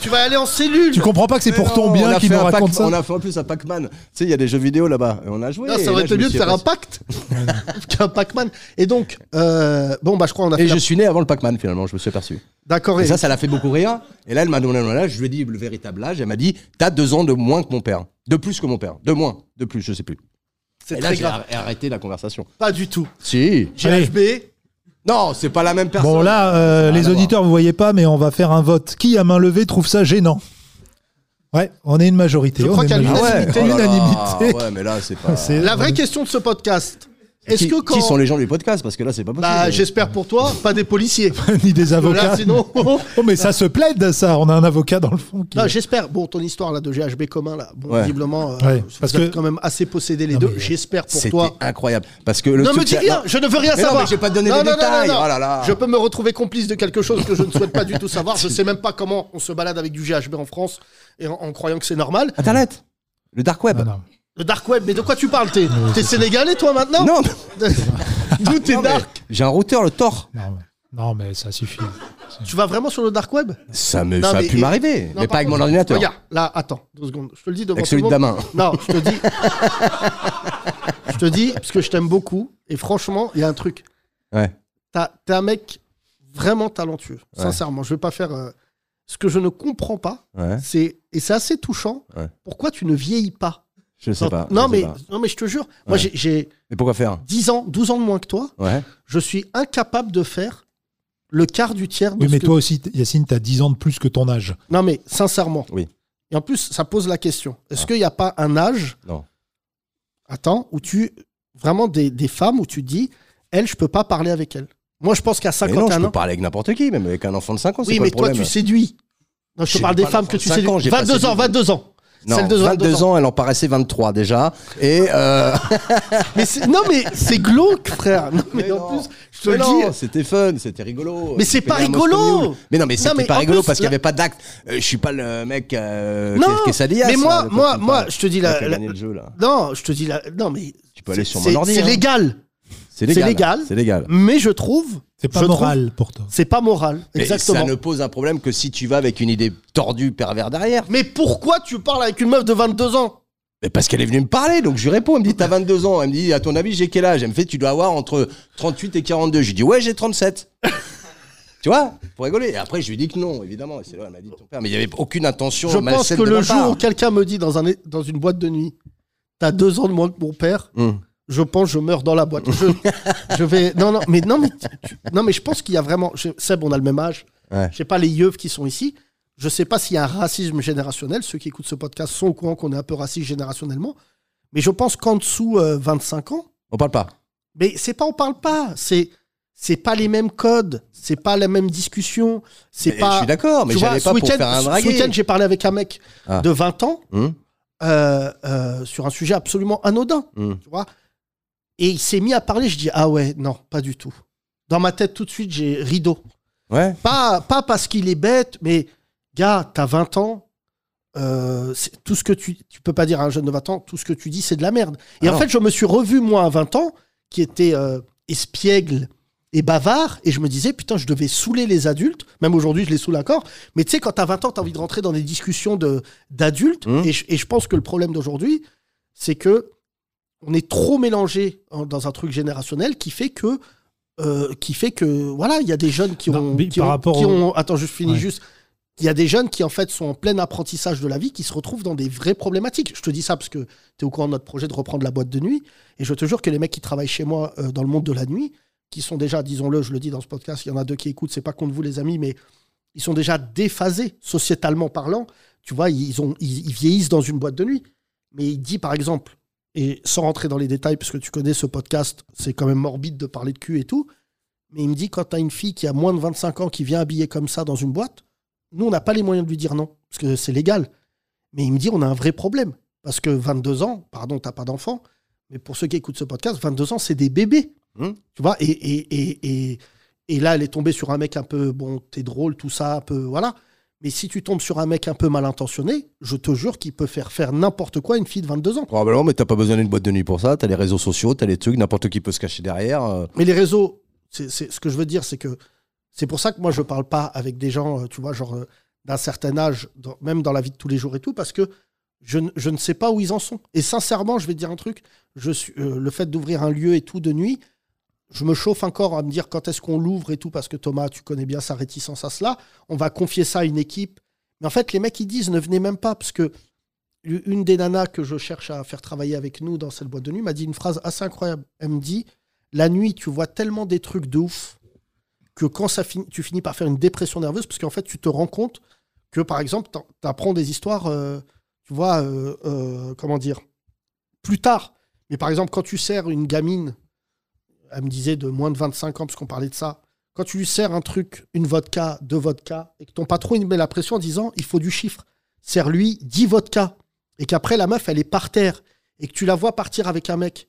Tu vas aller en cellule. Tu comprends pas que c'est pour ton Non, on bien a qu'il fait nous un raconte Pac- ça On a fait en plus un Pac-Man. Tu sais, il y a des jeux vidéo là-bas. Et On a joué. Non, Et ça là, aurait je été me mieux de suis faire un aperçu- pacte qu'un Pac-Man. Et donc, euh, bon, bah, je crois qu'on a fait. Et la- je suis né avant le Pac-Man finalement, je me suis aperçu. D'accord. Et Et, ça, ça l'a fait beaucoup rire. Et là, elle m'a donné un âge, je lui ai dit le véritable âge. Elle m'a dit T'as deux ans de moins que mon père. De plus que mon père. De moins. De plus, je sais plus. c'est Et là, très j'ai grave. ar- arrêté la conversation. Pas du tout. Si. Allez. GHB. Non, c'est pas la même personne. Ah, Bon là, euh, rien les à auditeurs, vous voyez pas, mais on va faire un vote. Qui à main levée trouve ça gênant Ouais, on est une majorité. Je on crois est qu'à une Ah majorité. ouais. l'unanimité, Oh là là. l'unanimité. Ouais, mais là, c'est pas. C'est- La vraie question de ce podcast. Est-ce Qui, que quand. qui sont les gens du podcast Parce que là, c'est pas possible. Bah, j'espère pour toi, pas des policiers. ni des avocats. Là, sinon. Oh mais ça se plaide ça. On a un avocat dans le fond. Qui... Non, j'espère. Bon, ton histoire là de GHB commun là, bon, Ouais. visiblement, euh, Ouais, parce parce que que- quand même assez possédés les Non, deux. mais- J'espère pour C'était toi. incroyable. Parce que le Ne me truc, dis c'est- rien, non, je ne veux rien Mais non, savoir. mais j'ai pas donné les détails. Oh là là. Je peux me retrouver complice de quelque chose que je ne souhaite pas du tout savoir. Je sais même pas comment on se balade avec du GHB en France et en, en croyant que c'est normal. Internet. Le dark web. Ah, non. Le dark web, mais de quoi tu parles T'es t'es sénégalais toi maintenant Non, D'où t'es non, mais dark j'ai un routeur, le Tor. Non, mais... non, mais ça suffit. Tu vas vraiment sur le dark web Ça, me, Non, ça a mais- pu m'arriver, mais Non, pas par avec contre, mon ordinateur. Regarde, là, attends, deux secondes. Je te le dis devant Avec tout le celui de monde. Damin. Non, je te dis. je te dis, parce que je t'aime beaucoup. Et franchement, il y a un truc. Ouais. T'as- T'es un mec vraiment talentueux. Sincèrement, je vais pas faire. euh, Ce que je ne comprends pas, Ouais, c'est. Et c'est assez touchant. Ouais. Pourquoi Pourquoi tu ne vieillis pas, Je sais pas. non, je mais, sais pas. non, mais je te jure. Moi, Ouais. j'ai- j'ai Mais pourquoi faire 10 ans, 12 ans de moins que toi. Ouais. Je suis incapable de faire le quart du tiers de Oui, ce mais que- toi aussi, t- Yacine, t'as 10 ans de plus que ton âge. Non, mais sincèrement. Oui. Ah. Et en plus, ça pose la question. Est-ce qu'il n'y a pas un âge Non. Attends, où tu. Vraiment des, des femmes où tu dis, elle, je peux pas parler avec elle. Moi, je pense qu'à Mais non, je 51 peux ans. parler avec n'importe qui, même avec un enfant de 5 ans. c'est Oui, quoi mais le toi, tu problème séduis. Non, je te J'ai parle des pas femmes que tu 25 séduis. ans, j'ai pas 22 ans, séduit. 22 ans. Non, Celle de 22 22 ans, elle en paraissait 23 déjà. Et euh... Mais c'est- non, mais c'est glauque, frère. Non, mais, Mais en non. plus, je te Mais le non, Euh, dis. c'était fun, c'était rigolo. Mais c'est C'était pas un rigolo. Moscow Mule. Mais non, mais Non, c'était mais pas en rigolo plus, parce qu'il la- n'y avait pas d'acte. Euh, je suis pas le mec euh, Non, qui est- qui est sadias, mais moi- là, de moi- quoi tu me moi, parles. je te dis la- Toi qui as la- gagné le jeu, là. Non, je te dis là. Non, mais. Tu peux aller sur c'est- mon ordi. C'est hein. légal. C'est c'est légal. C'est légal. Mais je trouve, C'est pas Je moral pour toi. c'est pas moral. Mais Exactement. ça ne pose un problème que si tu vas avec une idée tordue, pervers derrière. Mais pourquoi tu parles avec une meuf de 22 ans Mais parce qu'elle est venue me parler, donc je lui réponds. Elle me dit T'as 22 ans. Elle me dit À ton avis, j'ai quel âge Elle me fait Tu dois avoir entre 38 et 42. Je lui dis Ouais, j'ai 37. tu vois Pour rigoler. Et après, je lui dis que non, évidemment. Et c'est là, elle m'a dit Ton père. Mais il n'y avait aucune intention. Je pense malsaine que de le ma part. jour où quelqu'un me dit dans, un, dans une boîte de nuit, t'as deux ans de moins que mon père, Hum. je pense que je meurs dans la boîte. Je, je vais. Non, non, mais non, mais, tu- tu- non, mais je pense qu'il y a vraiment. je- Seb, on a le même âge. Ouais. Je sais pas les yeux qui sont ici. Je sais pas s'il y a un racisme générationnel. Ceux qui écoutent ce podcast sont au courant qu'on est un peu raciste générationnellement. Mais je pense qu'en dessous euh, 25 ans, On parle pas. Mais c'est pas on parle pas, c'est c'est pas les mêmes codes, c'est pas la même discussion, c'est Mais Je pas. suis d'accord, mais Tu vois, j'allais ce pas pour week-end- faire un ce draguer. week-end, j'ai parlé avec un mec Ah. de 20 ans Hum. euh, euh, sur un sujet absolument anodin, Hum. tu vois. Et il s'est mis à parler, je dis ah ouais, non, pas du tout. Dans ma tête tout de suite, j'ai rideau. Ouais. Pas pas parce qu'il est bête, mais gars, t'as 20 ans. euh, c'est- tout ce que tu tu peux pas dire à un jeune de 20 ans, tout ce que tu dis c'est de la merde. Et Ah en non. fait, je me suis revu moi à 20 ans qui était euh, espiègle et bavard et je me disais putain, je devais saouler les adultes, même aujourd'hui je les saoule encore, mais tu sais quand t'as 20 ans, t'as envie de rentrer dans des discussions de d'adultes Mhm. et, je- et je pense que le problème d'aujourd'hui, c'est que on est trop mélangé en- dans un truc générationnel qui fait que euh, qui fait que voilà, il y a des jeunes qui Non, ont mais qui par ont- rapport qui au- ont- attends, je finis Ouais. juste il y a des jeunes qui en fait sont en plein apprentissage de la vie qui se retrouvent dans des vraies problématiques. Je te dis ça parce que tu es au courant de notre projet de reprendre la boîte de nuit et je te jure que les mecs qui travaillent chez moi euh, dans le monde de la nuit qui sont déjà disons-le, je le dis dans ce podcast, il y en a deux qui écoutent, c'est pas contre vous les amis mais ils sont déjà déphasés sociétalement parlant. Tu vois, ils ont ils, ils vieillissent dans une boîte de nuit. Mais il dit par exemple et sans rentrer dans les détails parce que tu connais ce podcast, c'est quand même morbide de parler de cul et tout. Mais il me dit quand t'as une fille qui a moins de 25 ans qui vient habillée comme ça dans une boîte, nous, on n'a pas les moyens de lui dire non, parce que c'est légal. Mais il me dit, on a un vrai problème. Parce que 22 ans, pardon, t'as pas d'enfant, mais pour ceux qui écoutent ce podcast, 22 ans, c'est des bébés. Hmm. Tu vois, et, et, et, et, et là, elle est tombée sur un mec un peu, bon, t'es drôle, tout ça, un peu, voilà. Mais si tu tombes sur un mec un peu mal intentionné, je te jure qu'il peut faire faire n'importe quoi à une fille de 22 ans. Probablement, mais t'as pas besoin d'une boîte de nuit pour ça. T'as les réseaux sociaux, t'as les trucs, n'importe qui peut se cacher derrière. euh. Mais les réseaux, c'est, c'est- ce que je veux dire, c'est que c'est pour ça que moi je parle pas avec des gens, euh, tu vois, genre euh, d'un certain âge, dans- même dans la vie de tous les jours et tout, parce que je, ne- je ne sais pas où ils en sont. Et sincèrement, je vais te dire un truc, je suis, euh, le fait d'ouvrir un lieu et tout de nuit, je me chauffe encore à me dire quand est-ce qu'on l'ouvre et tout, parce que Thomas, tu connais bien sa réticence à cela. On va confier ça à une équipe. Mais en fait, les mecs, ils disent ne venez même pas, parce que une des nanas que je cherche à faire travailler avec nous dans cette boîte de nuit m'a dit une phrase assez incroyable. Elle me dit la nuit, tu vois tellement des trucs de ouf que quand ça finit, tu finis par faire une dépression nerveuse parce qu'en fait, tu te rends compte que, par exemple, tu apprends des histoires, euh, tu vois, euh, euh, comment dire, plus tard. Mais par exemple, quand tu sers une gamine, elle me disait de moins de 25 ans, parce qu'on parlait de ça, quand tu lui sers un truc, une vodka, deux vodkas, et que ton patron il met la pression en disant il faut du chiffre, sers-lui 10 vodkas, et qu'après la meuf, elle est par terre, et que tu la vois partir avec un mec.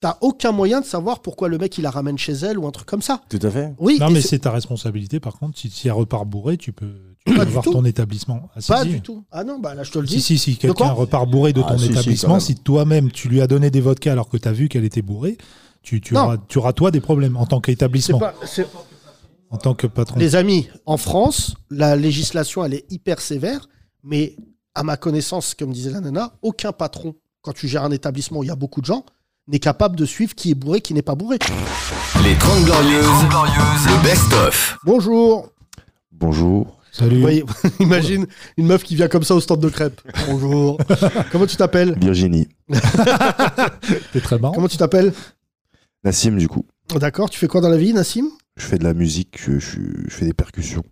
T'as aucun moyen de savoir pourquoi le mec il la ramène chez elle ou un truc comme ça. Tout à fait. Oui, Non, et mais c'est- c'est ta responsabilité, par contre. Si, si elle repart bourrée, tu peux, tu Pas peux du voir tout. ton établissement. Ah, si, pas si. du tout. Ah non, bah là je te le Si, dis. si, si quoi quelqu'un repart bourré de Ah, ton si, si, quand établissement, même. si, toi-même tu lui as donné des vodkas alors que tu as vu qu'elle était bourrée, tu, tu, Non. auras, tu auras toi des problèmes en tant C'est qu'établissement, pas- c'est- en tant que patron. Les amis, en France, la législation elle est hyper sévère, mais à ma connaissance, comme disait la nana, aucun patron, quand tu gères un établissement où il y a beaucoup de gens, n'est capable de suivre qui est bourré, qui n'est pas bourré. Les 30 Glorieuses, le best-of. Bonjour. Bonjour. Salut. Voyez, imagine une meuf qui vient comme ça au stand de crêpes. Bonjour. Comment tu t'appelles Virginie. T'es très marrant. Comment tu t'appelles Nassim, du coup. D'accord, tu fais quoi dans la vie, Nassim Je fais de la musique, je, je- je fais des percussions.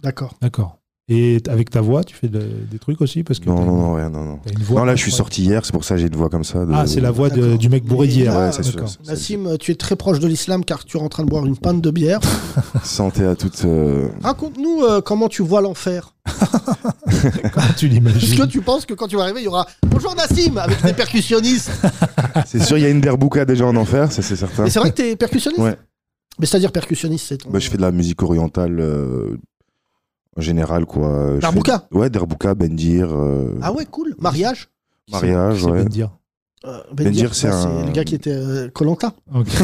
D'accord. D'accord. Et t- avec ta voix, tu fais de- des trucs aussi parce que Non, t'as- non, non, ouais, non, non. t'as une voix. non, là, je suis Ouais. sorti hier, c'est pour ça que j'ai une voix comme ça. de- Ah, c'est la voix de- D'accord. du mec bourré Mais d'hier. là, Ouais, c'est sûr. D'accord. c'est- Nassim, tu es très proche de l'islam car tu es en train de boire une panne de bière. Santé à toutes. euh, Raconte-nous euh, comment tu vois l'enfer. Comment Est-ce que tu l'imagines tu penses que quand tu vas arriver, il y aura Bonjour Nassim avec des percussionnistes C'est sûr, il y a une derbouka déjà en enfer, ça c'est certain. Mais c'est vrai que t'es percussionniste Ouais. Mais c'est-à-dire percussionniste, c'est ton. Bah, je fais de la musique orientale euh, en général, quoi. Je Derbouka fais- Ouais, derbouka, bendir, euh, Ah ouais, cool. Mariage mariage, C'est ouais. bien dire. Euh, Bendir, c'est bah, un- le gars qui était Colanta. Ok.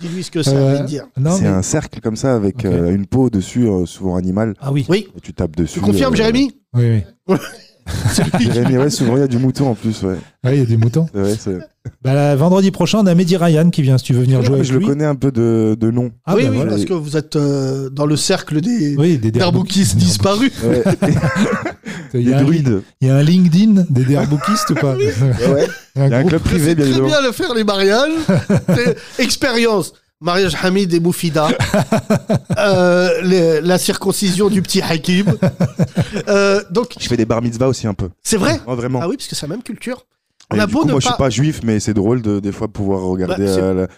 Dis-lui ce que c'est, Euh, Bendir. Non, C'est mais- un cercle comme ça avec Ok. euh, une peau dessus, euh, souvent animale, Ah oui. Oui. et tu tapes dessus. Tu confirmes, euh, Jérémy Oui, oui. Jérémy, ouais, souvent il y a du mouton en plus, ouais. Ah, il y a des moutons. C'est vrai, c'est- Bah, là, vendredi prochain, on a Mehdi Ryan qui vient si tu veux venir jouer Ah, mais avec je le lui. connais un peu de, de nom. Ah, Oui, bah, oui, voilà. parce que vous êtes euh, dans le cercle des Oui, des Derboukis disparus. Ouais. Il y, Des a un, druides. il y a un LinkedIn des derboukistes ou pas Ouais. Un Il y a un groupe. club privé, bien Très évidemment. bien le faire, les mariages. C'est- Expérience. Mariage Hamid et Boufida. Euh, les- la circoncision du petit Hakim. Euh, donc, Je fais des bar mitzvah aussi un peu. c'est vrai Non, Oh, vraiment. Ah oui, parce que c'est la même culture. Et On a du beau coup, ne moi, je pas- suis pas juif, mais c'est drôle de des fois pouvoir regarder Bah, c'est- à la-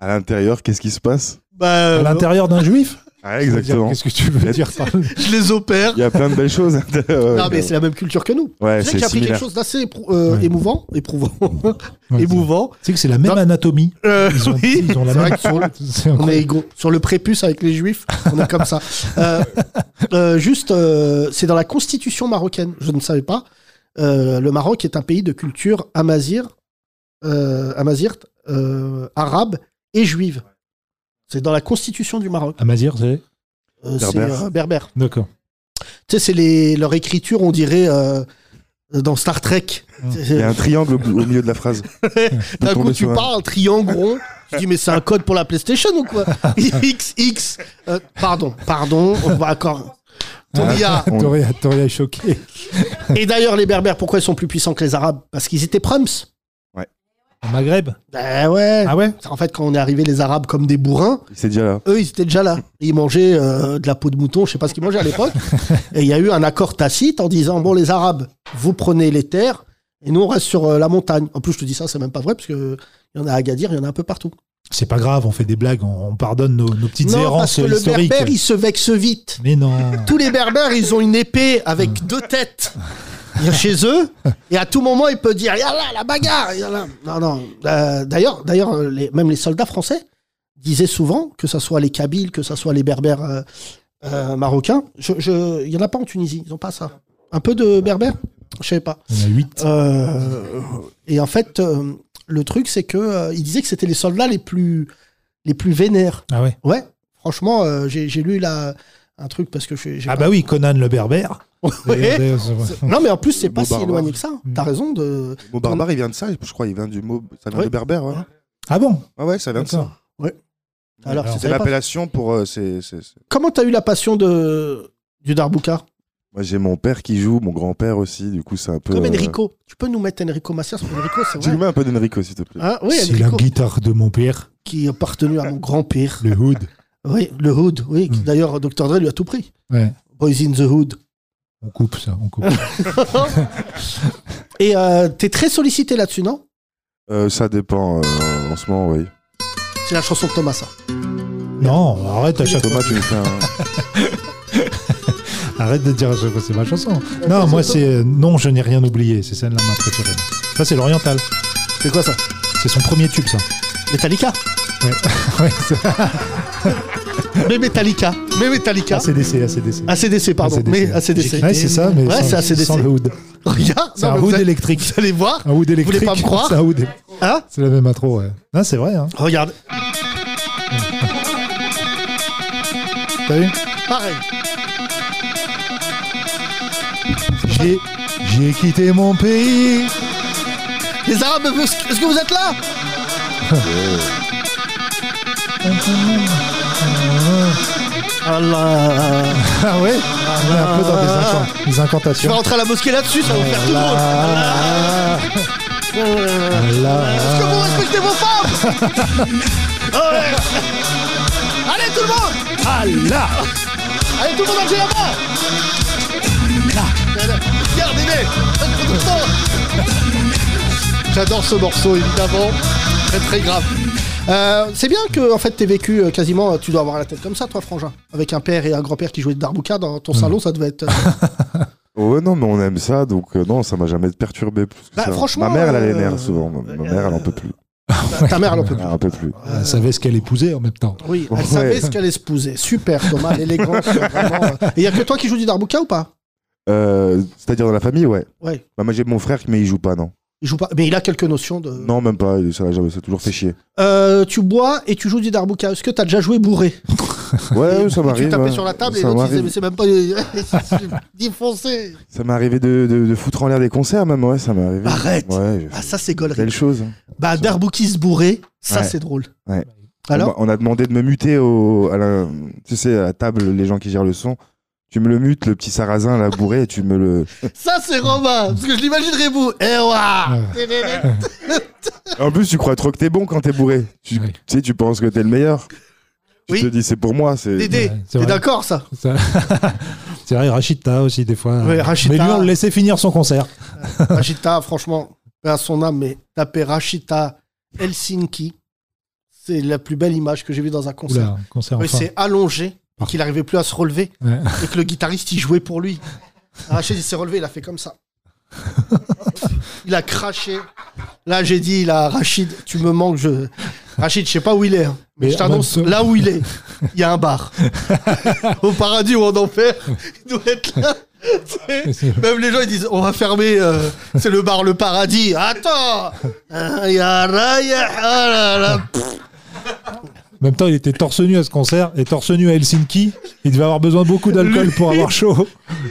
à l'intérieur qu'est-ce qui se passe. Bah, À euh, l'intérieur d'un juif Ouais, Ah, exactement. Qu'est-ce que tu veux dire par là je les opère. Il y a plein de belles choses. à l'intérieur. Non, mais c'est la même culture que nous. Tu sais ouais, que c'est j'ai appris quelque similaire. chose d'assez éprou- euh, Ouais. émouvant. Éprouvant. Ouais, c'est- émouvant. C'est que c'est la même Non. anatomie. Euh, Ils ont, oui. ils ont la C'est vrai même que sur le- C'est On est incroyable. égaux. Sur le prépuce avec les juifs, on est comme ça. Euh, euh, juste, euh, c'est dans la constitution marocaine, je ne savais pas. Euh, le Maroc est un pays de culture amazir, euh, amazirte, euh, arabe et juive. C'est dans la constitution du Maroc. Amazir, c'est. Euh, c'est Berbère. euh, berbère. D'accord. Tu sais, c'est les, leur écriture, on dirait euh, dans Star Trek. Mm. C'est- Mmh. Il y a un triangle au, au milieu de la phrase. D'un coup, tomber tu sur un- parles, un triangle rond. Je dis, mais c'est un code pour la PlayStation ou quoi X, X. Euh, pardon, pardon, on va encore. Toria. On- Ah, Toria, Toria est choqué. Et d'ailleurs, les Berbères, pourquoi ils sont plus puissants que les Arabes Parce qu'ils étaient proms. Au Maghreb Ben ouais. Ah ouais En fait, quand on est arrivé, les Arabes, comme des bourrins, C'est déjà ah là. eux, ils étaient déjà là. Ils mangeaient euh, de la peau de mouton, je sais pas ce qu'ils mangeaient à l'époque. Et il y a eu un accord tacite en disant, bon, les Arabes, vous prenez les terres et nous, on reste sur euh, la montagne. En plus, je te dis ça, c'est même pas vrai, parce que il y en a à Agadir, il y en a un peu partout. C'est pas grave, on fait des blagues, on, on pardonne nos, nos petites Non, parce errances que le historiques. berbère, il se vexe vite. Mais non. Tous les berbères, ils ont une épée avec deux têtes Il est chez eux, et à tout moment, il peut Ah dire Yallah, la bagarre yallah. Non, non. Euh, D'ailleurs, d'ailleurs, les- même les soldats français, disait souvent, que ce soit les Kabyles, que ce soit les Berbères euh, euh, marocains, je- je- il n'y en a pas en Tunisie, ils n'ont pas ça. Un peu de Berbères Je ne sais pas. Euh, Il y en a 8. et en fait, euh, le truc, c'est que euh, il disait que c'était les soldats les plus, les plus vénères. Ah ouais Ouais, franchement, euh, j'ai j'ai lu là un truc parce que j'ai. j'ai Ah pas- bah oui, Conan le berbère. Ouais. D'ailleurs, c'est vrai. C'est- Non, mais en plus, c'est Le pas mot si barbare. éloigné que ça. Mm. T'as raison de. Le mot barbare, il vient de ça, je crois, il vient du mot. Ça vient Ouais. de berbère, ouais. Ah bon Ah ouais, ça vient de ça. Ouais. Alors, je c'est savais pas. l'appellation pour. euh, c'est- c'est- c'est- Comment t'as eu la passion de... du Darbouka Moi, j'ai mon père qui joue, mon grand-père aussi, du coup, c'est un peu. Comme euh, Enrico. Tu peux nous mettre Enrico Macias parce que Enrico, c'est Tu nous vrai. mets un peu d'Enrico, s'il te plaît. Hein oui, C'est la Enrico, guitare de mon père, qui est appartenu à mon grand-père. le hood. Oui, le Hood. Oui, qui, Mm. d'ailleurs, Dr. Dre lui a tout pris. Ouais. Boys in the Hood. On coupe ça, on coupe. Et euh, t'es très sollicité là-dessus, non Euh, ça dépend, euh, en ce moment, oui. C'est la chanson de Thomas, ça. Oh, non, arrête à chaque Thomas, tu nous fais un. Arrête de dire à chaque fois, c'est ma chanson. Non, moi c'est euh, Non, je n'ai rien oublié, c'est celle-là ma préférée. Ça c'est l'oriental. C'est quoi ça C'est son premier tube ça. Metallica. Ouais, c'est Mais Metallica. Mais Metallica. ACDC, ACDC. ACDC, pardon. Mais ACDC. Ouais, c'est ça, mais Ouais, c'est sans, ACDC. sans le hood. Regarde, C'est non, un mais hood vous allez- électrique. Vous allez voir. Un hood électrique. pas me croire C'est un hood. Hein C'est la même intro, ouais. Non, c'est vrai, hein. Regarde. T'as vu Pareil. J'ai, j'ai quitté mon pays. Les Arabes, vous- est-ce que vous êtes là Oh Allah. Ah ouais On est un peu dans des, incant- des Tu vas incantations. rentrer à la mosquée là-dessus, ça va vous faire tout drôle. Ah, Euh, Est-ce que là. vous respectez vos femmes Ouais. Allez tout le monde Allah Allez tout le monde en la main Regarde, aimez J'adore ce morceau, évidemment. Très très grave. Euh, c'est bien que en fait t'aies vécu euh, quasiment, euh, tu dois avoir la tête comme ça toi frangin, avec un père et un grand-père qui jouaient de darbouka dans Mm. ton salon, ça devait être... euh, Ouais, non, mais on aime ça, donc euh, non, ça m'a jamais perturbé. Plus que Bah, ça. franchement, Ma mère, elle a les euh, nerfs souvent. Ma, ma mère, elle en peut plus. ta mère elle en peut Elle en peut Euh, plus. Elle savait ce qu'elle épousait en même temps. Oui, elle Ouais. savait ce qu'elle espouser. Super, Thomas, l'élégance. vraiment, euh. Et il n'y a que toi qui joues du darbouka ou pas Euh, C'est-à-dire dans la famille, ouais. Ouais. Bah, moi, j'ai mon frère, mais il joue pas, non. Il joue pas, mais il a quelques notions de. Non, même pas. il- Ça l'a jamais. Ça a toujours fait chier. Euh, tu bois et tu joues du darbouka. Est-ce que t'as déjà joué bourré Ouais, ça Tu m'arrive. tapais ouais. sur la table et ça l'autre disait m'arrive. mais c'est même pas défoncé. Ça m'est arrivé de, de, de foutre en l'air des concerts, même. Ouais, ça m'est arrivé. Arrête. Ouais, j'ai Ah fait ça c'est de belles gaulerie. choses. Bah darboukis bourré, ça Ouais. c'est drôle. hein. Ouais. Alors on m'a- on a demandé de me muter au, à la, tu sais, à la table, les gens qui gèrent le son. Tu me le mutes, le petit sarrasin, la bourré, et tu me le. ça c'est Romain parce que je l'imaginerais vous. Eh ouah Euh, En plus, tu crois trop que t'es bon quand t'es bourré. Tu, Ouais. tu sais, tu penses que t'es le meilleur. Tu Oui. te dis, c'est pour moi. C'est... Dédé, Ouais, c'est t'es vrai. d'accord ça Ça- C'est vrai, Rachita aussi, des fois. Ouais, Rachita. Mais lui, on le laissait finir son concert. Rachita, franchement, paix à son âme, mais taper Rachita Helsinki, c'est la plus belle image que j'ai vue dans un concert. Oula, concert Oui, enfin. c'est allongé, Pardon. qu'il n'arrivait plus à se relever, Ouais. et que le guitariste, il jouait pour lui. Rachid, il s'est relevé, il a fait comme ça. Il a craché. Là, j'ai dit, là, Rachid, tu me manques. Je... Rachid, je sais pas où il est, hein, mais, Mais je en t'annonce, même temps- là où il est, il y a un bar. Au paradis ou en enfer, il doit être là. C'est- Même les gens, ils disent, on va fermer, euh, c'est le bar, le paradis. Attends Ah, ya raya, ah là là. En même temps, il était torse nu à ce concert et torse nu à Helsinki. Il devait avoir besoin de beaucoup d'alcool pour avoir chaud.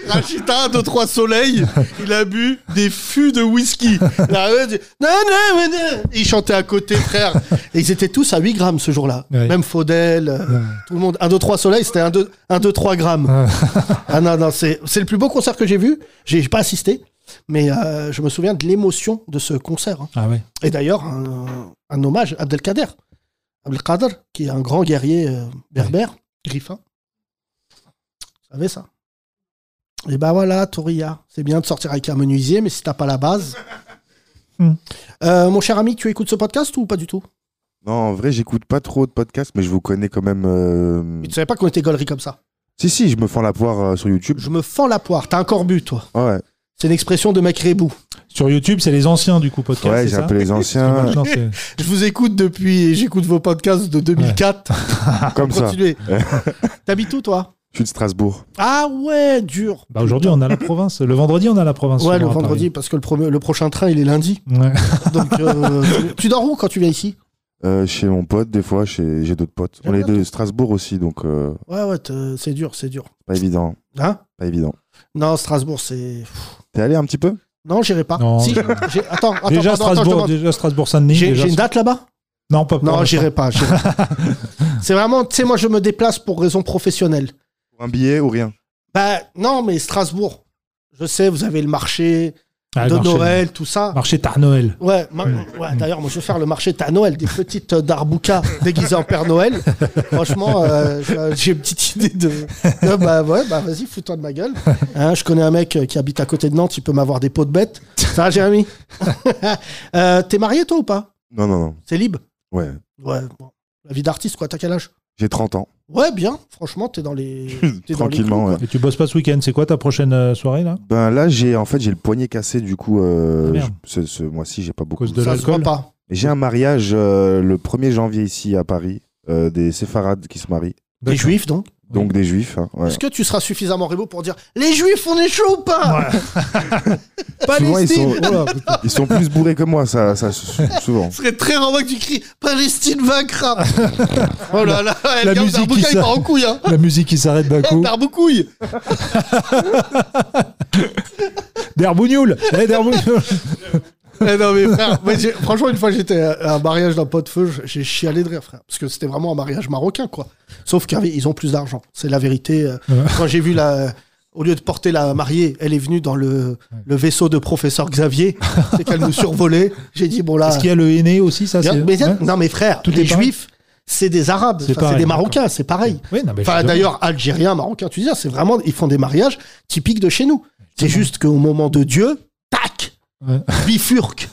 Rachita, deux, trois soleils, il a bu des fûts de whisky. Là, eux, ils disent, non, non, mais non. Il chantait à côté, frère. Et ils étaient tous à 8 grammes ce jour-là. Ouais. Même Faudel, euh, tout le monde. Un, deux, trois soleils, c'était un, deux, un, deux, trois grammes. Ah non, non, c'est c'est le plus beau concert que j'ai vu. J'ai j'ai pas assisté, mais euh, je me souviens de l'émotion de ce concert. hein. Ah ouais. Et d'ailleurs, un, un hommage à Abdelkader. Abdelkader, qui est un grand guerrier euh, berbère, griffin. Vous savez ça Et ben voilà, Toria, c'est bien de sortir avec un menuisier, mais si t'as pas la base. Hmm. Euh, mon cher ami, tu écoutes ce podcast ou pas du tout Non, en vrai, j'écoute pas trop de podcasts, mais je vous connais quand même. euh, Mais Tu savais pas qu'on était gaulerie comme ça. Si, si, je me fends la poire euh, sur YouTube. Je me fends la poire, t'as un corbu, toi. Ouais. C'est une expression de mec rébou. Sur YouTube, c'est les anciens du coup podcast. Ouais, c'est j'ai ça un peu les anciens. Parce que maintenant, c'est- Je vous écoute depuis, j'écoute vos podcasts de 2004. Ah, Comme ça. Continuez. Je T'habites où toi suis de Strasbourg. Ah ouais, dur. Bah, aujourd'hui, on a la province. Le vendredi, on a la province. Ouais, le souvent à vendredi, parce que le, premier- le prochain train, il est lundi. Paris. Ouais. Donc, euh, tu dors où quand tu viens ici Euh, chez mon pote, des fois, chez- j'ai d'autres potes. On est de Strasbourg aussi, donc euh, Ouais, ouais, t'es- c'est dur, c'est dur. pas évident. Hein Pas évident. Non, Strasbourg, c'est. T'es allé un petit peu Non, j'irai pas. Non. Si, j'ai- Attends, attends, pardon, attends, déjà, je Strasbourg, demande. déjà Strasbourg-Saint-Denis. J'ai déjà- j'ai une date là-bas Non, pas pour Non, l'instant. j'irai pas. j'irai pas. c'est vraiment, tu sais, moi, je me déplace pour raison professionnelle. Pour un billet ou rien Bah, non, mais Strasbourg, je sais, vous avez le marché Ah, de le marché- Noël, tout ça. Marché tard Noël. Ouais, ma- ouais, d'ailleurs, moi je vais faire le marché de Noël, des petites euh, darboukas déguisées en Père Noël. Franchement, euh, j'ai- j'ai une petite idée de. de- bah ouais, bah vas-y, fous-toi de ma gueule. Hein, je connais un mec euh, qui habite à côté de Nantes, il peut m'avoir des pots de bête. Ça va, Jérémy Euh, T'es marié toi ou pas Non, non, non. C'est libre Ouais. Ouais, bon. La vie d'artiste, quoi, t'as quel âge J'ai 30 ans. Ouais, bien, franchement, t'es dans les. t'es dans les Tranquillement, clous, ouais. quoi. Et tu bosses pas ce week-end. C'est quoi ta prochaine euh, soirée là Ben là, j'ai en fait j'ai le poignet cassé du coup euh, Ah, merde. je- ce, ce mois-ci, j'ai pas beaucoup. cause de Ça se voit l'alcool. pas. Et J'ai un mariage euh, le 1er janvier ici à Paris, euh, des séfarades qui se marient, Des juifs, donc. donc des juifs. hein, ouais. Est-ce que tu seras suffisamment rébou pour dire Les juifs, on est chaud ou pas Souvent, ils Palestine sont, Oh, ils sont plus bourrés que moi, ça, ça sou- souvent. Ce serait très renvoie que tu cries Palestine vaincra Oh là là, elle La garde musique Darbouka, qui il part sort. en couille hein La musique qui s'arrête d'un coup. Darboucouille Derbougnoul Eh, Derbougnoul Eh Non mais frère, moi, j'ai- franchement une fois j'étais à un mariage d'un pote feu, j'ai chialé de rire frère, parce que c'était vraiment un mariage marocain quoi. Sauf qu'ils ont plus d'argent, c'est la vérité. euh, Quand j'ai vu la... Au lieu de porter la mariée, elle est venue dans le, le vaisseau de professeur Xavier, c'est qu'elle nous survolait. J'ai dit bon là... Est-ce qu'il y a le aîné aussi ça, Bien, c'est- mais tiens, Ouais. Non, mais frère, Tout les est pareil. juifs, c'est des arabes, C'est enfin, c'est pareil, des d'accord. marocains, c'est pareil. Oui, non, mais Enfin, justement. d'ailleurs, algériens, marocains, tunisiens, c'est vraiment, ils font des mariages typiques de chez nous. C'est juste qu'au moment de Dieu, tac, Ouais. bifurque.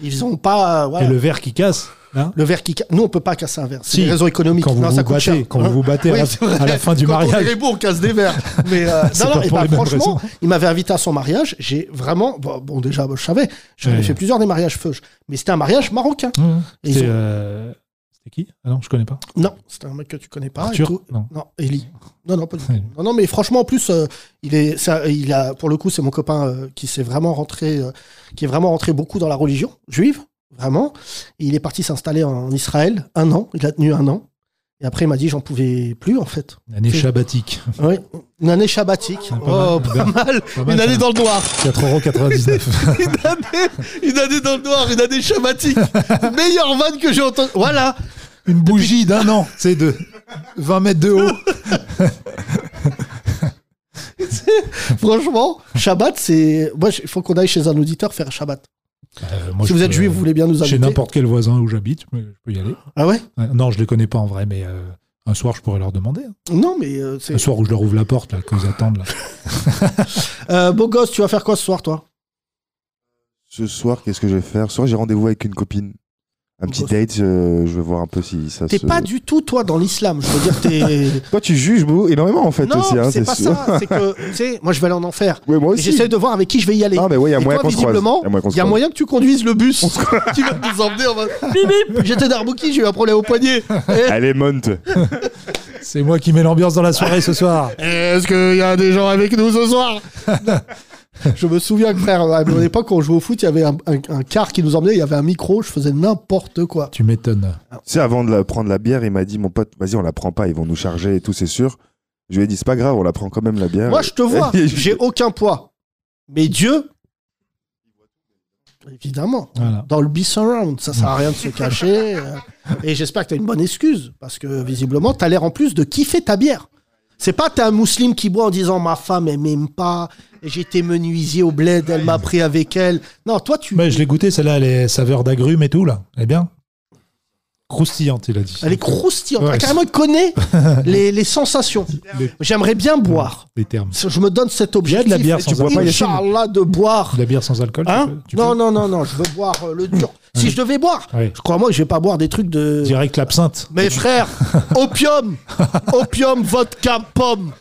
ils ont pas, euh, voilà. Et le... le verre qui casse. hein verre qui, ca- nous, on peut pas casser un verre. C'est Si. des raisons économiques. Quand vous non, vous ça coûte battez, cher. Hein quand vous vous battez à Oui, la- c'est vrai. à la fin du Quand on est mariage. rébou, on casse des verres. Mais euh, C'est non, non, pas et pour bah, les mêmes franchement, raisons. il m'avait invité à son mariage. J'ai vraiment, bon, bon, déjà, bah, je savais, j'en ai Ouais. fait plusieurs des mariages feuges, mais c'était un mariage marocain. Mmh. Et ils C'était ont- euh, c'était qui Ah non, je connais pas. Non, c'est un mec que tu connais pas. et Arthur tout. Non. Non, Eli. Non, non, pas du tout. Oui. Non, non, mais franchement, en plus, euh, il est, ça, il a, pour le coup, c'est mon copain euh, qui s'est vraiment rentré, euh, qui est vraiment rentré beaucoup dans la religion juive, vraiment. Et il est parti s'installer en Israël un an. Il a tenu un an. Et après, il m'a dit, j'en pouvais plus, en fait. Une année C'est- shabbatique. Oui. Une année shabbatique. Ah, pas oh, mal. pas mal. Pas mal, Une année ça. dans le noir. 4,99€. Une année, une année dans le noir. Une année shabbatique. Meilleure vanne que j'ai entendue. Voilà. Une bougie d'un an, c'est de 20 mètres de haut. Franchement, Shabbat, c'est. Moi, il faut qu'on aille chez un auditeur faire Shabbat. Euh, si vous êtes juif, vous voulez bien nous Chez inviter. n'importe quel voisin où j'habite, je peux je peux y aller. Ah ouais Ouais, Non, je les connais pas en vrai, mais euh, un soir, je pourrais leur demander. hein. Non, mais euh, c'est. Un soir où je leur ouvre la porte, là, qu'ils attendent. Là. Euh, beau gosse, tu vas faire quoi ce soir, toi Ce soir, qu'est-ce que je vais faire Ce soir, j'ai rendez-vous avec une copine. Un petit Bof. date, euh, je vais voir un peu si ça T'es se... pas du tout, toi, dans l'islam. Je veux dire, t'es. Toi, tu juges beaucoup, énormément en fait non, aussi. hein, c'est pas sûr. ça. C'est que, tu sais, moi, je vais aller en enfer. Ouais, moi Et aussi. J'essaie de voir avec qui je vais y aller. Non, mais oui, il y a Et moyen toi, qu'on se croise. visiblement, qu'on se Il y a croise. moyen que tu conduises le bus qui va nous emmener en mode. Bip, bip, J'étais d'Arbouki, j'ai eu un problème au poignet. Eh, Allez, monte C'est moi qui mets l'ambiance dans la soirée ce soir. Est-ce qu'il y a des gens avec nous ce soir Je me souviens que frère, à mon époque, quand on jouait au foot, il y avait un, un- un car qui nous emmenait, il y avait un micro, je faisais n'importe quoi. Tu m'étonnes. Tu sais, avant de la- prendre la bière, il m'a dit, mon pote, vas-y, on la prend pas, ils vont nous charger et tout, c'est sûr. Je lui ai dit, c'est pas grave, on la prend quand même la bière. Moi, je te vois, j'ai aucun poids. Mais Dieu, évidemment, Voilà. dans le bis around, ça sert à rien de se cacher. euh, Et j'espère que t'as une bonne excuse, parce que visiblement, t'as l'air en plus de kiffer ta bière. C'est pas t'es un musulman qui boit en disant ma femme elle m'aime pas, j'étais menuisier au bled, elle m'a pris avec elle. Non, toi tu Mais je l'ai goûté, celle-là, les saveurs d'agrumes et tout, là. Elle est bien. Croustillante, il a dit. Elle est croustillante. Ouais. Ah, carrément, il connaît les, les sensations. Les- J'aimerais bien boire. Des termes. Je me donne cet objectif. Il y a de la bière sans alcool. Inch'Allah de boire. De la bière sans alcool tu Hein peux- tu peux non, non, non, non, je veux boire euh, le dur. Si je devais boire, Ouais. je crois moi que je vais pas boire des trucs de. Direct l'absinthe. Mes frères, opium, opium, vodka, pomme.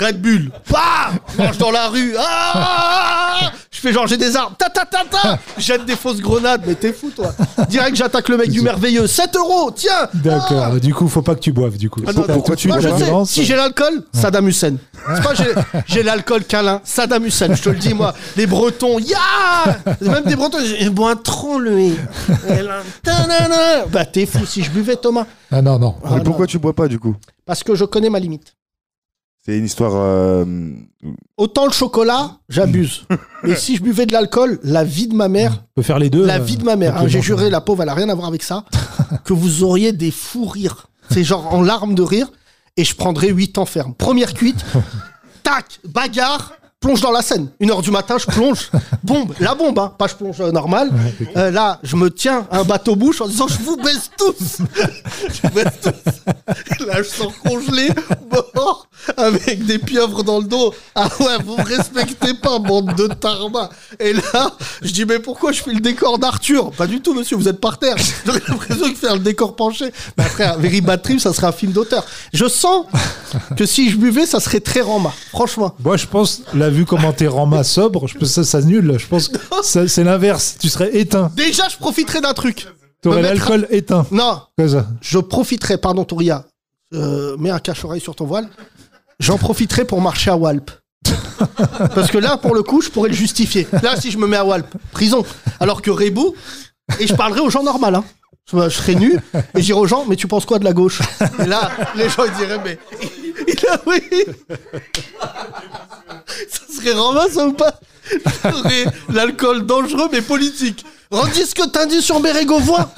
Red Bull, bah Mange dans la rue, ah Je fais genre, j'ai des armes, ta ta ta ta Jette des fausses grenades, mais t'es fou, toi Direct, j'attaque le mec du merveilleux, 7 Euh, euros, tiens D'accord. Du coup, faut pas que tu boives. Du coup. Ah non, Pourquoi non, tu moi, je la sais, violence Si j'ai l'alcool, Saddam Hussein. C'est pas j'ai- j'ai l'alcool câlin, Saddam Hussein, je te le dis moi. Les Bretons, ya Même des Bretons, ils boivent un tronc lui. Et là, tanana. Bah t'es fou si je buvais Thomas. Ah non, non. Mais pourquoi tu bois pas du coup Parce que je connais ma limite. C'est une histoire. euh, Autant le chocolat, j'abuse. Mais si je buvais de l'alcool, la vie de ma mère, On peut faire les deux. la euh, vie de ma mère, hein, complètement. j'ai juré, la pauvre, elle a rien à voir avec ça, que vous auriez des fous rires. C'est genre en larmes de rire, et je prendrais 8 ans ferme. Première cuite, tac, bagarre, plonge dans la scène. Une heure du matin, je plonge, bombe, la bombe, hein, pas je plonge euh, normal. Euh, là, je me tiens à un bateau bouche en disant je vous baisse tous. je vous baisse tous. là, je sens congelé, mort, avec des pieuvres dans le dos. Ah ouais, vous me respectez pas, bande de tarma. Et là, je dis mais pourquoi je fais le décor d'Arthur Pas du tout, monsieur, vous êtes par terre. J'aurais l'impression de faire le décor penché. Mais après, un Very Bad Trip, ça serait un film d'auteur. Je sens que si je buvais, ça serait très Rama, franchement. Moi, je pense, la vue comment t'es Rama sobre, je pense que ça, ça nul. Je pense que ça- c'est l'inverse. Tu serais éteint. Déjà, je profiterais d'un truc. T'aurais Me mettre- l'alcool éteint. Non, Quoi, ça je profiterai, pardon Touria, euh, mets un cache-oreille sur ton voile, j'en profiterai pour marcher à Walp. Parce que là, pour le coup, je pourrais le justifier. Là, si je me mets à Walp, prison. Alors que Rebou, et je parlerai aux gens normaux, hein. Je, je serais nu et j'irai aux gens, mais tu penses quoi de la gauche Et euh, là, les gens ils diraient, mais il a oui Ça serait Romain, ça ou pas J'aurais L'alcool dangereux, mais politique. Redis ce que t'as dit sur Bérégovois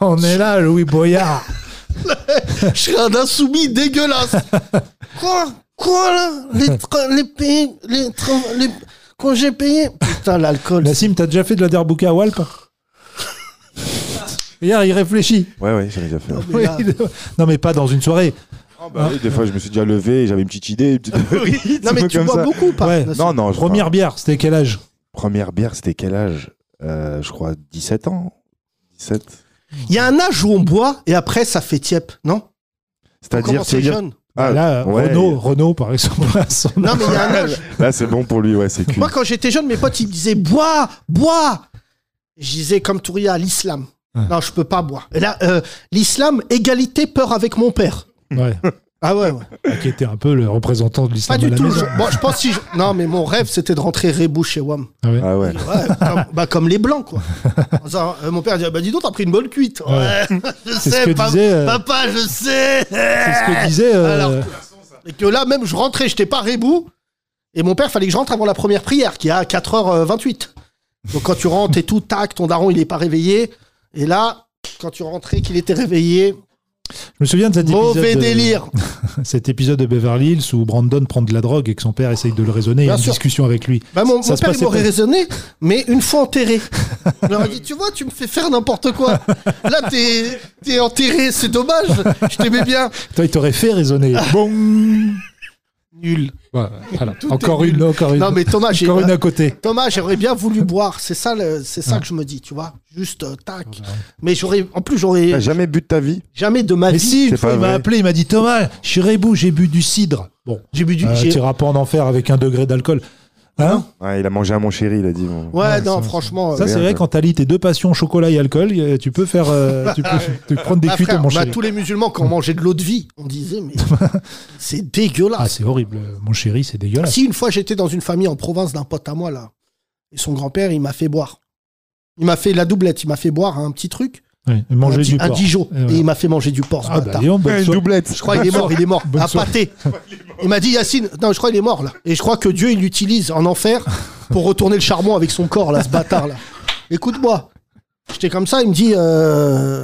On est là, Louis Boyard. Je serais un insoumis dégueulasse. Quoi Quoi là Les, tra- les pays. Les, tra- les- Quand j'ai payé. Putain, l'alcool. Nassim, t'as déjà fait de la derbouka à Walp Regarde, il réfléchit. Ouais, ouais, j'en ai déjà fait. Mais là, oh, Oui, de- non, mais pas dans une soirée. Ah bah oui, des fois, je me suis déjà levé, j'avais une petite idée. une petite- Non, mais truc tu comme bois ça. beaucoup, pas Ouais. Nassim Non, non, je Première bière, c'était quel âge Première bière, c'était quel âge Euh, Je crois 17 ans. 17. Il y a un âge où on boit et après ça fait tiep, non C'est-à-dire, Comment tu veux c'est dire- jeune Ah, Bah Là, ouais. Renault, Renault, par exemple. à son- Non, mais il y a un âge. Là, c'est bon pour lui, ouais, c'est cuit. Moi, quand j'étais jeune, mes potes, ils me disaient bois, bois. Je disais comme Touria, l'islam. Ah. Non, je peux pas boire. Et là, euh, l'islam, égalité, peur avec mon père. Ouais. Ah ouais, ouais. Qui était un peu le représentant de Pas l'islam à du Ah, la tout. maison. Je- bon, je pense si je- Non, mais mon rêve, c'était de rentrer rebou chez WAM. Ah ouais. Ah ouais. Ouais, comme, bah, comme les blancs, quoi. En disant, euh, mon père dit, ah bah dis donc, t'as pris une bonne cuite. Ouais, je C'est ce que sais, pa- disait, euh, papa, je sais. C'est ce que disait. euh, Alors, Et que là, même, je rentrais, j'étais pas rebou. Et mon père, fallait que je rentre avant la première prière, qui est à 4h28. Donc quand tu rentres et tout, tac, ton daron, il est pas réveillé. Et là, quand tu rentrais, qu'il était réveillé, je me souviens de cet épisode. mauvais de- délire. cet épisode de Beverly Hills où Brandon prend de la drogue et que son père essaye de le raisonner. Il y a Bien une sûr. discussion avec lui. Bah, mon, Ça mon se père, il passait m'aurait pas. raisonné, mais une fois enterré. Je leur ai dit, tu vois, tu me fais faire n'importe quoi. Là, t'es t'es enterré, c'est dommage. Je t'aimais bien. Ah. Toi, il t'aurait fait raisonner. bon. Nul. Ouais, voilà. Encore est une, nul. encore une. Non, mais Thomas, j'ai- encore une à côté. Thomas, j'aurais bien voulu boire. C'est ça, le- c'est ça que je me dis, tu vois. Juste, euh, tac. Mais j'aurais, en plus, T'as j'aurais jamais bu de ta vie jamais de ma Mais vie. si, une c'est fois, pas il m'a vrai. appelé, il m'a dit Thomas, je suis rebou, j'ai bu du cidre. Bon, J'ai bu du. euh, j'ai- t'iras pas en enfer avec un degré d'alcool. Hein Ouais, il a mangé à mon chéri, il a dit. bon. Ouais, Ouais, non, ça- franchement. Ça, euh, c'est rien, vrai, quoi. quand t'as lié tes deux passions, chocolat et alcool, y a- tu peux faire. euh, tu peux tu peux prendre des bah, cuites frère, au mon bah, chéri. tous les musulmans, quand on mangeait de l'eau de vie, on disait, mais c'est Ah, dégueulasse. c'est horrible, mon chéri, c'est dégueulasse. Si une fois j'étais dans une famille en province d'un pote à moi là, et son grand-père il m'a fait boire. Il m'a fait la doublette, il m'a fait boire un petit truc, Ouais, un, manger petit- du un porc. Dijon, Et voilà. et il m'a fait manger du porc. ce Ah, bah, bâtard. dis donc, bonne Ouais, une soirée. doublette. je crois qu'il est mort, il est mort, Bonne un soirée. pâté. Il m'a dit Yacine, non je crois qu'il est mort là, et je crois que Dieu il l'utilise en enfer pour retourner le charbon avec son corps là, ce bâtard là. Écoute-moi, j'étais comme ça, il me dit. euh,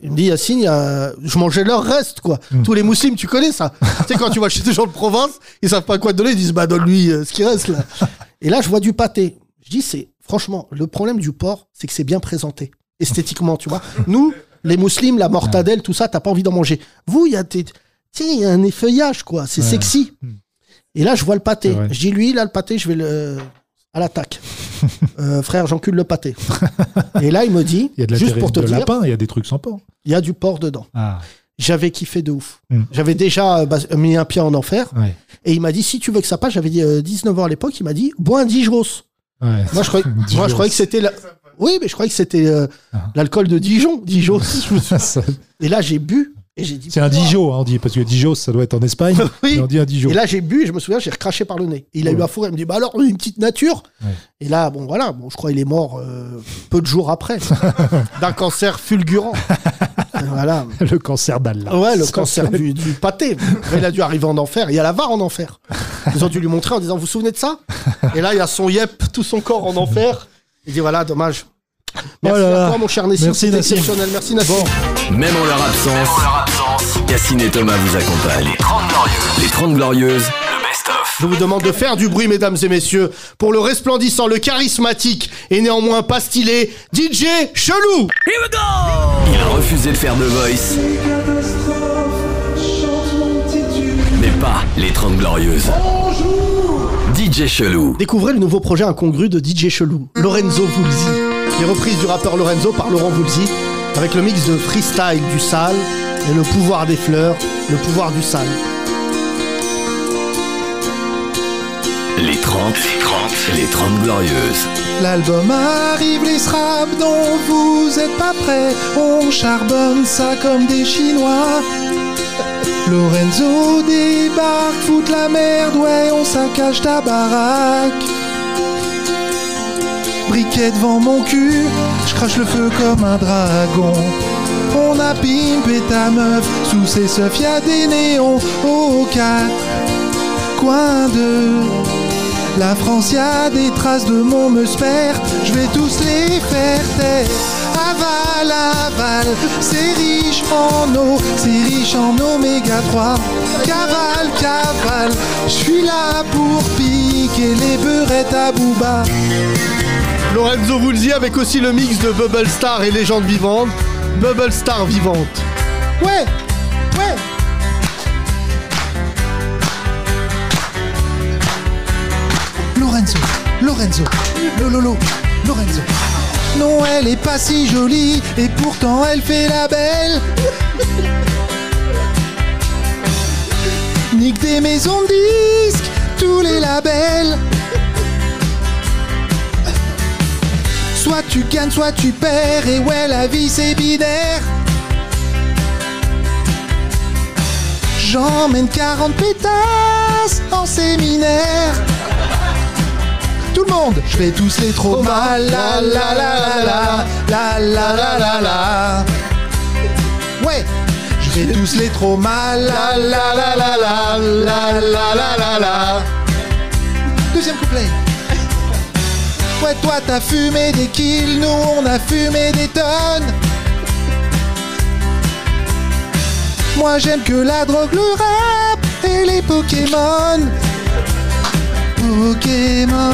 Il me dit, Yacine, il y a- je mangeais leur reste, quoi. Hmm. Tous les musulmans, tu connais ça. tu sais, quand tu vas chez des gens de province, ils savent pas quoi te donner, ils disent, bah, donne-lui euh, ce qui reste, là. Et là, je vois du pâté. Je dis, c'est, franchement, le problème du porc, c'est que c'est bien présenté, esthétiquement, tu vois. Nous, les musulmans, la mortadelle, tout ça, t'as pas envie d'en manger. Vous, il y a des- tu sais, il y a un effeuillage, quoi. C'est sexy. Et là, je vois le Hmm. C'est pâté. vrai. Je dis, lui, là, le pâté, je vais le, à l'attaque. Euh, frère, j'encule le pâté. Et là, il me dit, Il y a de la juste terrine pour te de dire, Ah. lapin, il y a des trucs sans porc. il y a du porc dedans. j'avais kiffé de ouf. Mm. J'avais déjà euh, bas- mis un pied en enfer. Ouais. Et il m'a dit, si tu veux que ça passe, j'avais dit euh, 19 ans à l'époque, il m'a dit, bois un Digeros. Ouais. Moi, je croyais, moi, je croyais que c'était... la- Oui, mais je croyais que c'était euh, Ah. l'alcool de Dijon. Dijon. je me suis- et là, j'ai bu et j'ai dit... C'est un Dijon, hein, on dit, parce que Dijon, ça doit être en Espagne. Oui. Et on dit un Dijon. Et là, j'ai bu et je me souviens, j'ai recraché par le nez. Et il a eu un fou rire. Il me dit, bah alors, une petite nature. Ouais. Et là, bon, voilà, bon, je crois qu'il est mort euh, peu de jours après, d'un cancer fulgurant. Et voilà. Le cancer d'Allah. Ouais, le Ça cancer fait- du, du pâté. Il a dû arriver en enfer. Il y a la VAR en enfer. Ils ont dû lui montrer en disant, vous vous souvenez de ça Et là, il y a son yep, tout son corps en enfer. Il dit, voilà, dommage. Merci Oh là à là. toi, mon cher Nessim. Merci, C'était Nassim. exceptionnel. Merci, Nassim. Même en leur absence, Cassine et Thomas vous accompagnent. Les 30 Glorieuses. Les 30 Glorieuses, le best-of. Je vous demande de faire du bruit, mesdames et messieurs, pour le resplendissant, le charismatique et néanmoins pas stylé, DJ Chelou Il a refusé de faire The Voice. Mais pas les 30 Glorieuses. DJ Chelou. Découvrez le nouveau projet incongru de DJ Chelou, Lorenzo Vulzi. Les reprises du rappeur Lorenzo par Laurent Vulzi, avec le mix de freestyle du sale et le pouvoir des fleurs, le pouvoir du sale. Les 30, les 30, les 30 Glorieuses. L'album arrive, les sraps dont vous êtes pas prêts. On charbonne ça comme des Chinois. Lorenzo débarque, fout la merde, ouais, on saccage ta baraque. Briquet devant mon cul, je crache le feu comme un dragon. On a pimpé ta meuf, sous ses seufs y'a des néons. Au quatre coins de la France, y a des traces de mon meusper, je vais tous les faire taire. Aval, aval, c'est riche en eau, c'est riche en oméga 3. Cavale, cavale, je suis là pour piquer les beurettes à Booba. Lorenzo Vulzi avec aussi le mix de Bubble Star et Légende Vivante, Bubble Star Vivante. Ouais Ouais Lorenzo, Lorenzo, Lololo, Lorenzo. Non, elle est pas si jolie et pourtant elle fait la belle. Nique des maisons de disques, tous les labels. Soit tu gagnes, soit tu perds, et ouais, la vie c'est binaire. J'emmène 40 pétasses en séminaire. Tout le monde, je fais tous les trop mal. La la la la la la la la la la. Ouais, je fais tous les trop mal. La la la la la la la la la la. Deuxième couplet. Ouais, toi t'as fumé des kills, nous on a fumé des tonnes. Moi j'aime que la drogue, le rap et les Pokémon. Pokémon.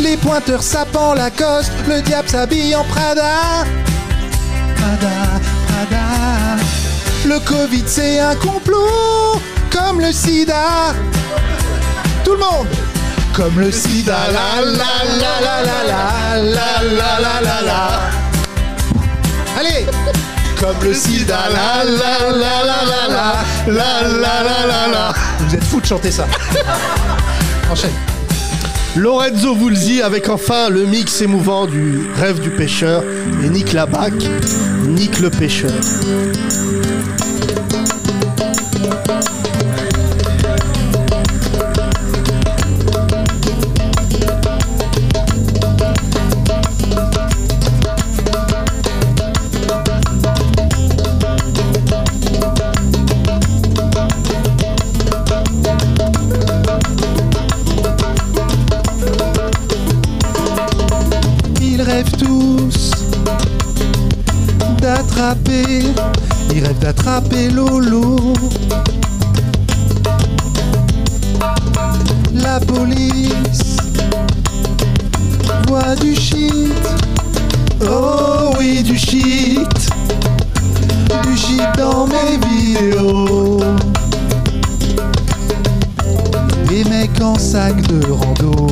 Les pointeurs sapant la coste, le diable s'habille en Prada. Prada, Prada. Le Covid c'est un complot, comme le sida. Tout le monde Comme le sida, la la la la la la la la la la la. Allez Comme le sida, la la la la la la la la la la la. Vous êtes fous de chanter ça. Enchaîne. Lorenzo Vulzi avec enfin le mix émouvant du rêve du pêcheur et Nick Labac, Nick le pêcheur. Ils rêvent tous d'attraper, ils rêvent d'attraper Lolo. La police voit du shit, oh oui du shit, du shit dans mes vidéos. Les mecs en sac de rando.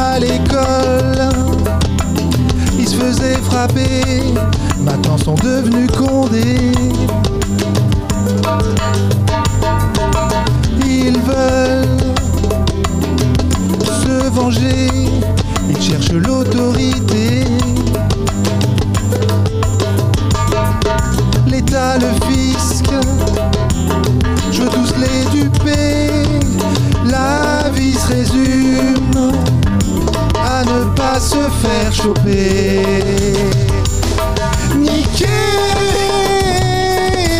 à l'école. Ils se faisaient danger, il cherche l'autorité. L'État, le fisc, je veux tous les duper. La vie se résume à ne pas se faire choper. Niquer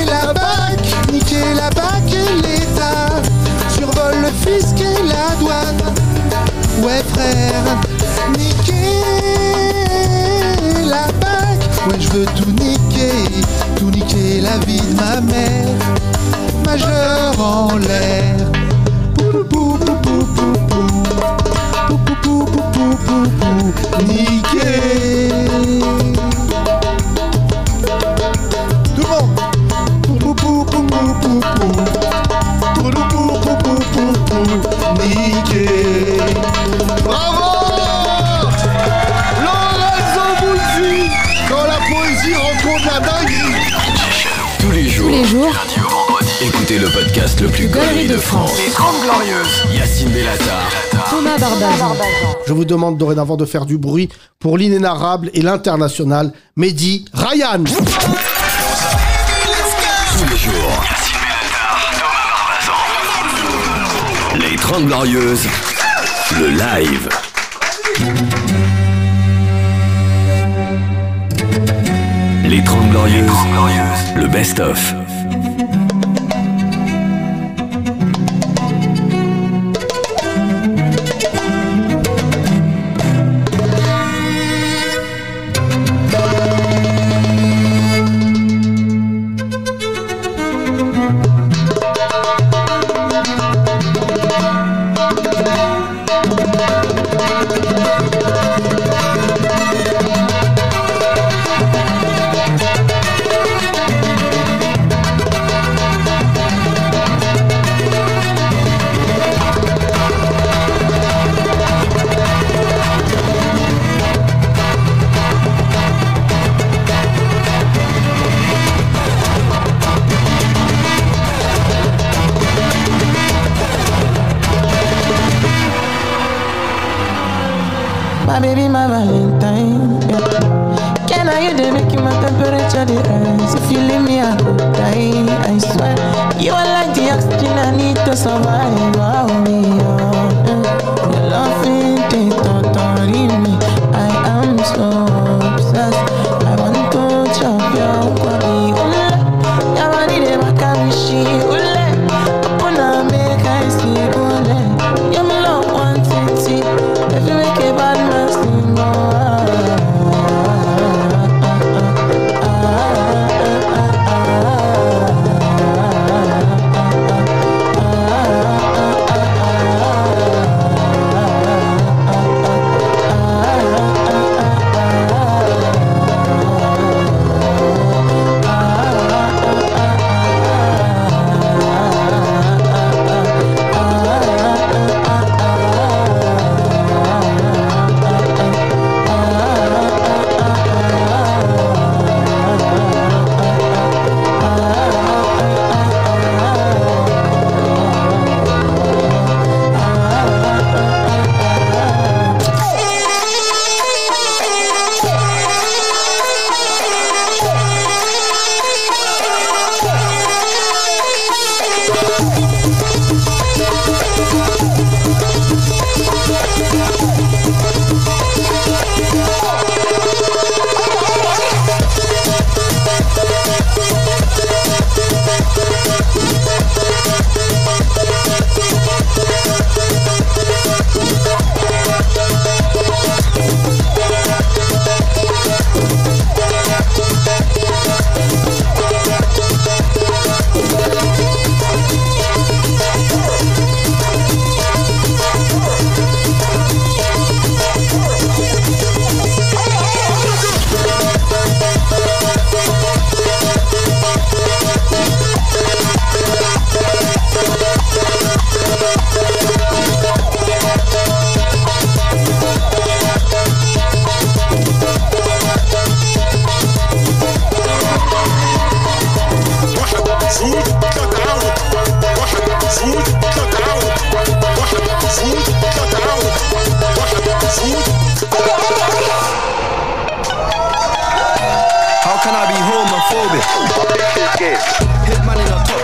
la BAC, niquer la BAC et l'État, survole le fisc et la douane. Ouais frère, niquer la BAC, ouais je veux tout niquer, tout niquer la vie de ma mère, majeur en l'air. Pou, pou, pou, pou, pou, pou. Pou, pou, pou, pou, pou, pou, pou. Niquer. Tout le monde. Pou, pou, pou, pou, pou, pou, pou. Pou, pou, pou, pou, pou, pou. Niquer. Bravo Lorenzo Bouzzi Quand la poésie rencontre la dinguerie Tous les jours. les jours. du vendredi. Écoutez le podcast le plus connu de France. Les 30 Glorieuses. Yacine Bellatar. Thomas Barbazan. Je vous demande dorénavant de faire du bruit pour l'inénarrable et l'international Mehdi Ryan Tous les jours. Yacine Bellatar. Thomas Barbazan. Les 30 Glorieuses. Le live. Les 30 Glorieuses. Le best-of. My baby, my Valentine. yeah. Can I hear them making my temperature the rise? If you leave me, I could die. I swear, you are like the oxygen I need to survive. Oh, me, oh, mm. Your love ain't it, torturing me. I am so obsessed. I want to chop your body. Ooh, your body, they make me shit. Ooh, open up, make I see. Ooh, you're my love, one thing. If you make a bad man sing, oh,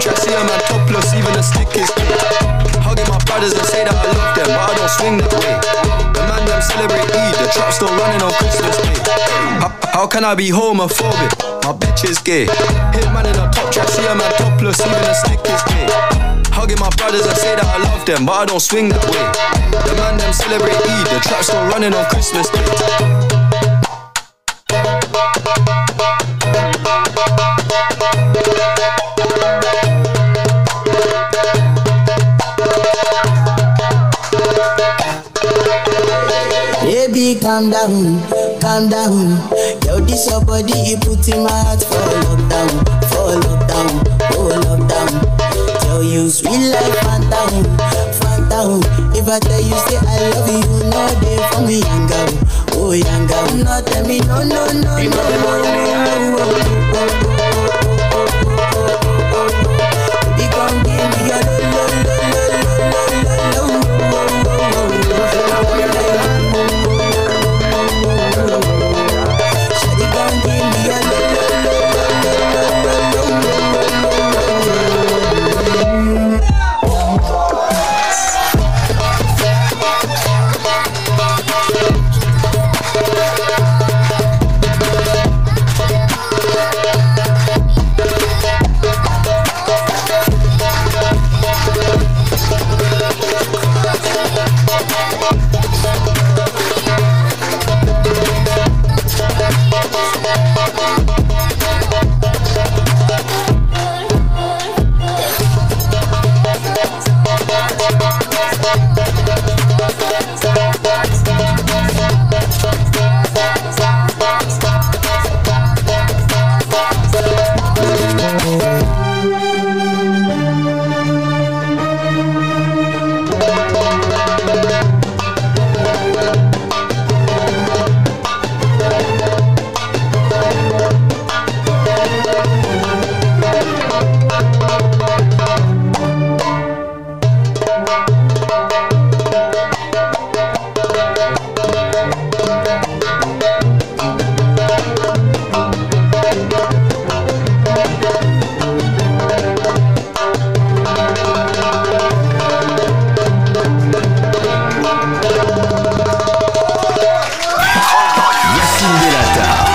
even a stick is cute. Hugging my brothers and say that I love them, but I don't swing that way. The man them celebrate Eid, the trap still running on Christmas Day. How, how can I be homophobic? My bitch is gay. Hit man in a top trap, see a man topless, even a stick is gay. Hugging my brothers and say that I love them, but I don't swing that way. The man them celebrate Eid, the trap still running on Christmas Day. Baby, calm down, calm down. Yo, this your body, you put in my heart for lockdown, for lockdown, oh lockdown. Tell you sweet like phantom, phantom. If I tell you say I love you, no day for me, yanga, oh yanga. No tell me no, no, no, no, no, no, no, no. Yacine Delata.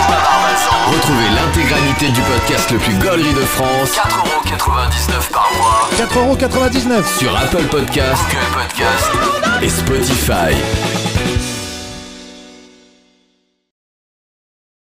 Retrouvez l'intégralité du podcast le plus gaulerie de France. 4,99€ par mois. 4,99€ Sur Apple Podcast, Google Podcast et Spotify.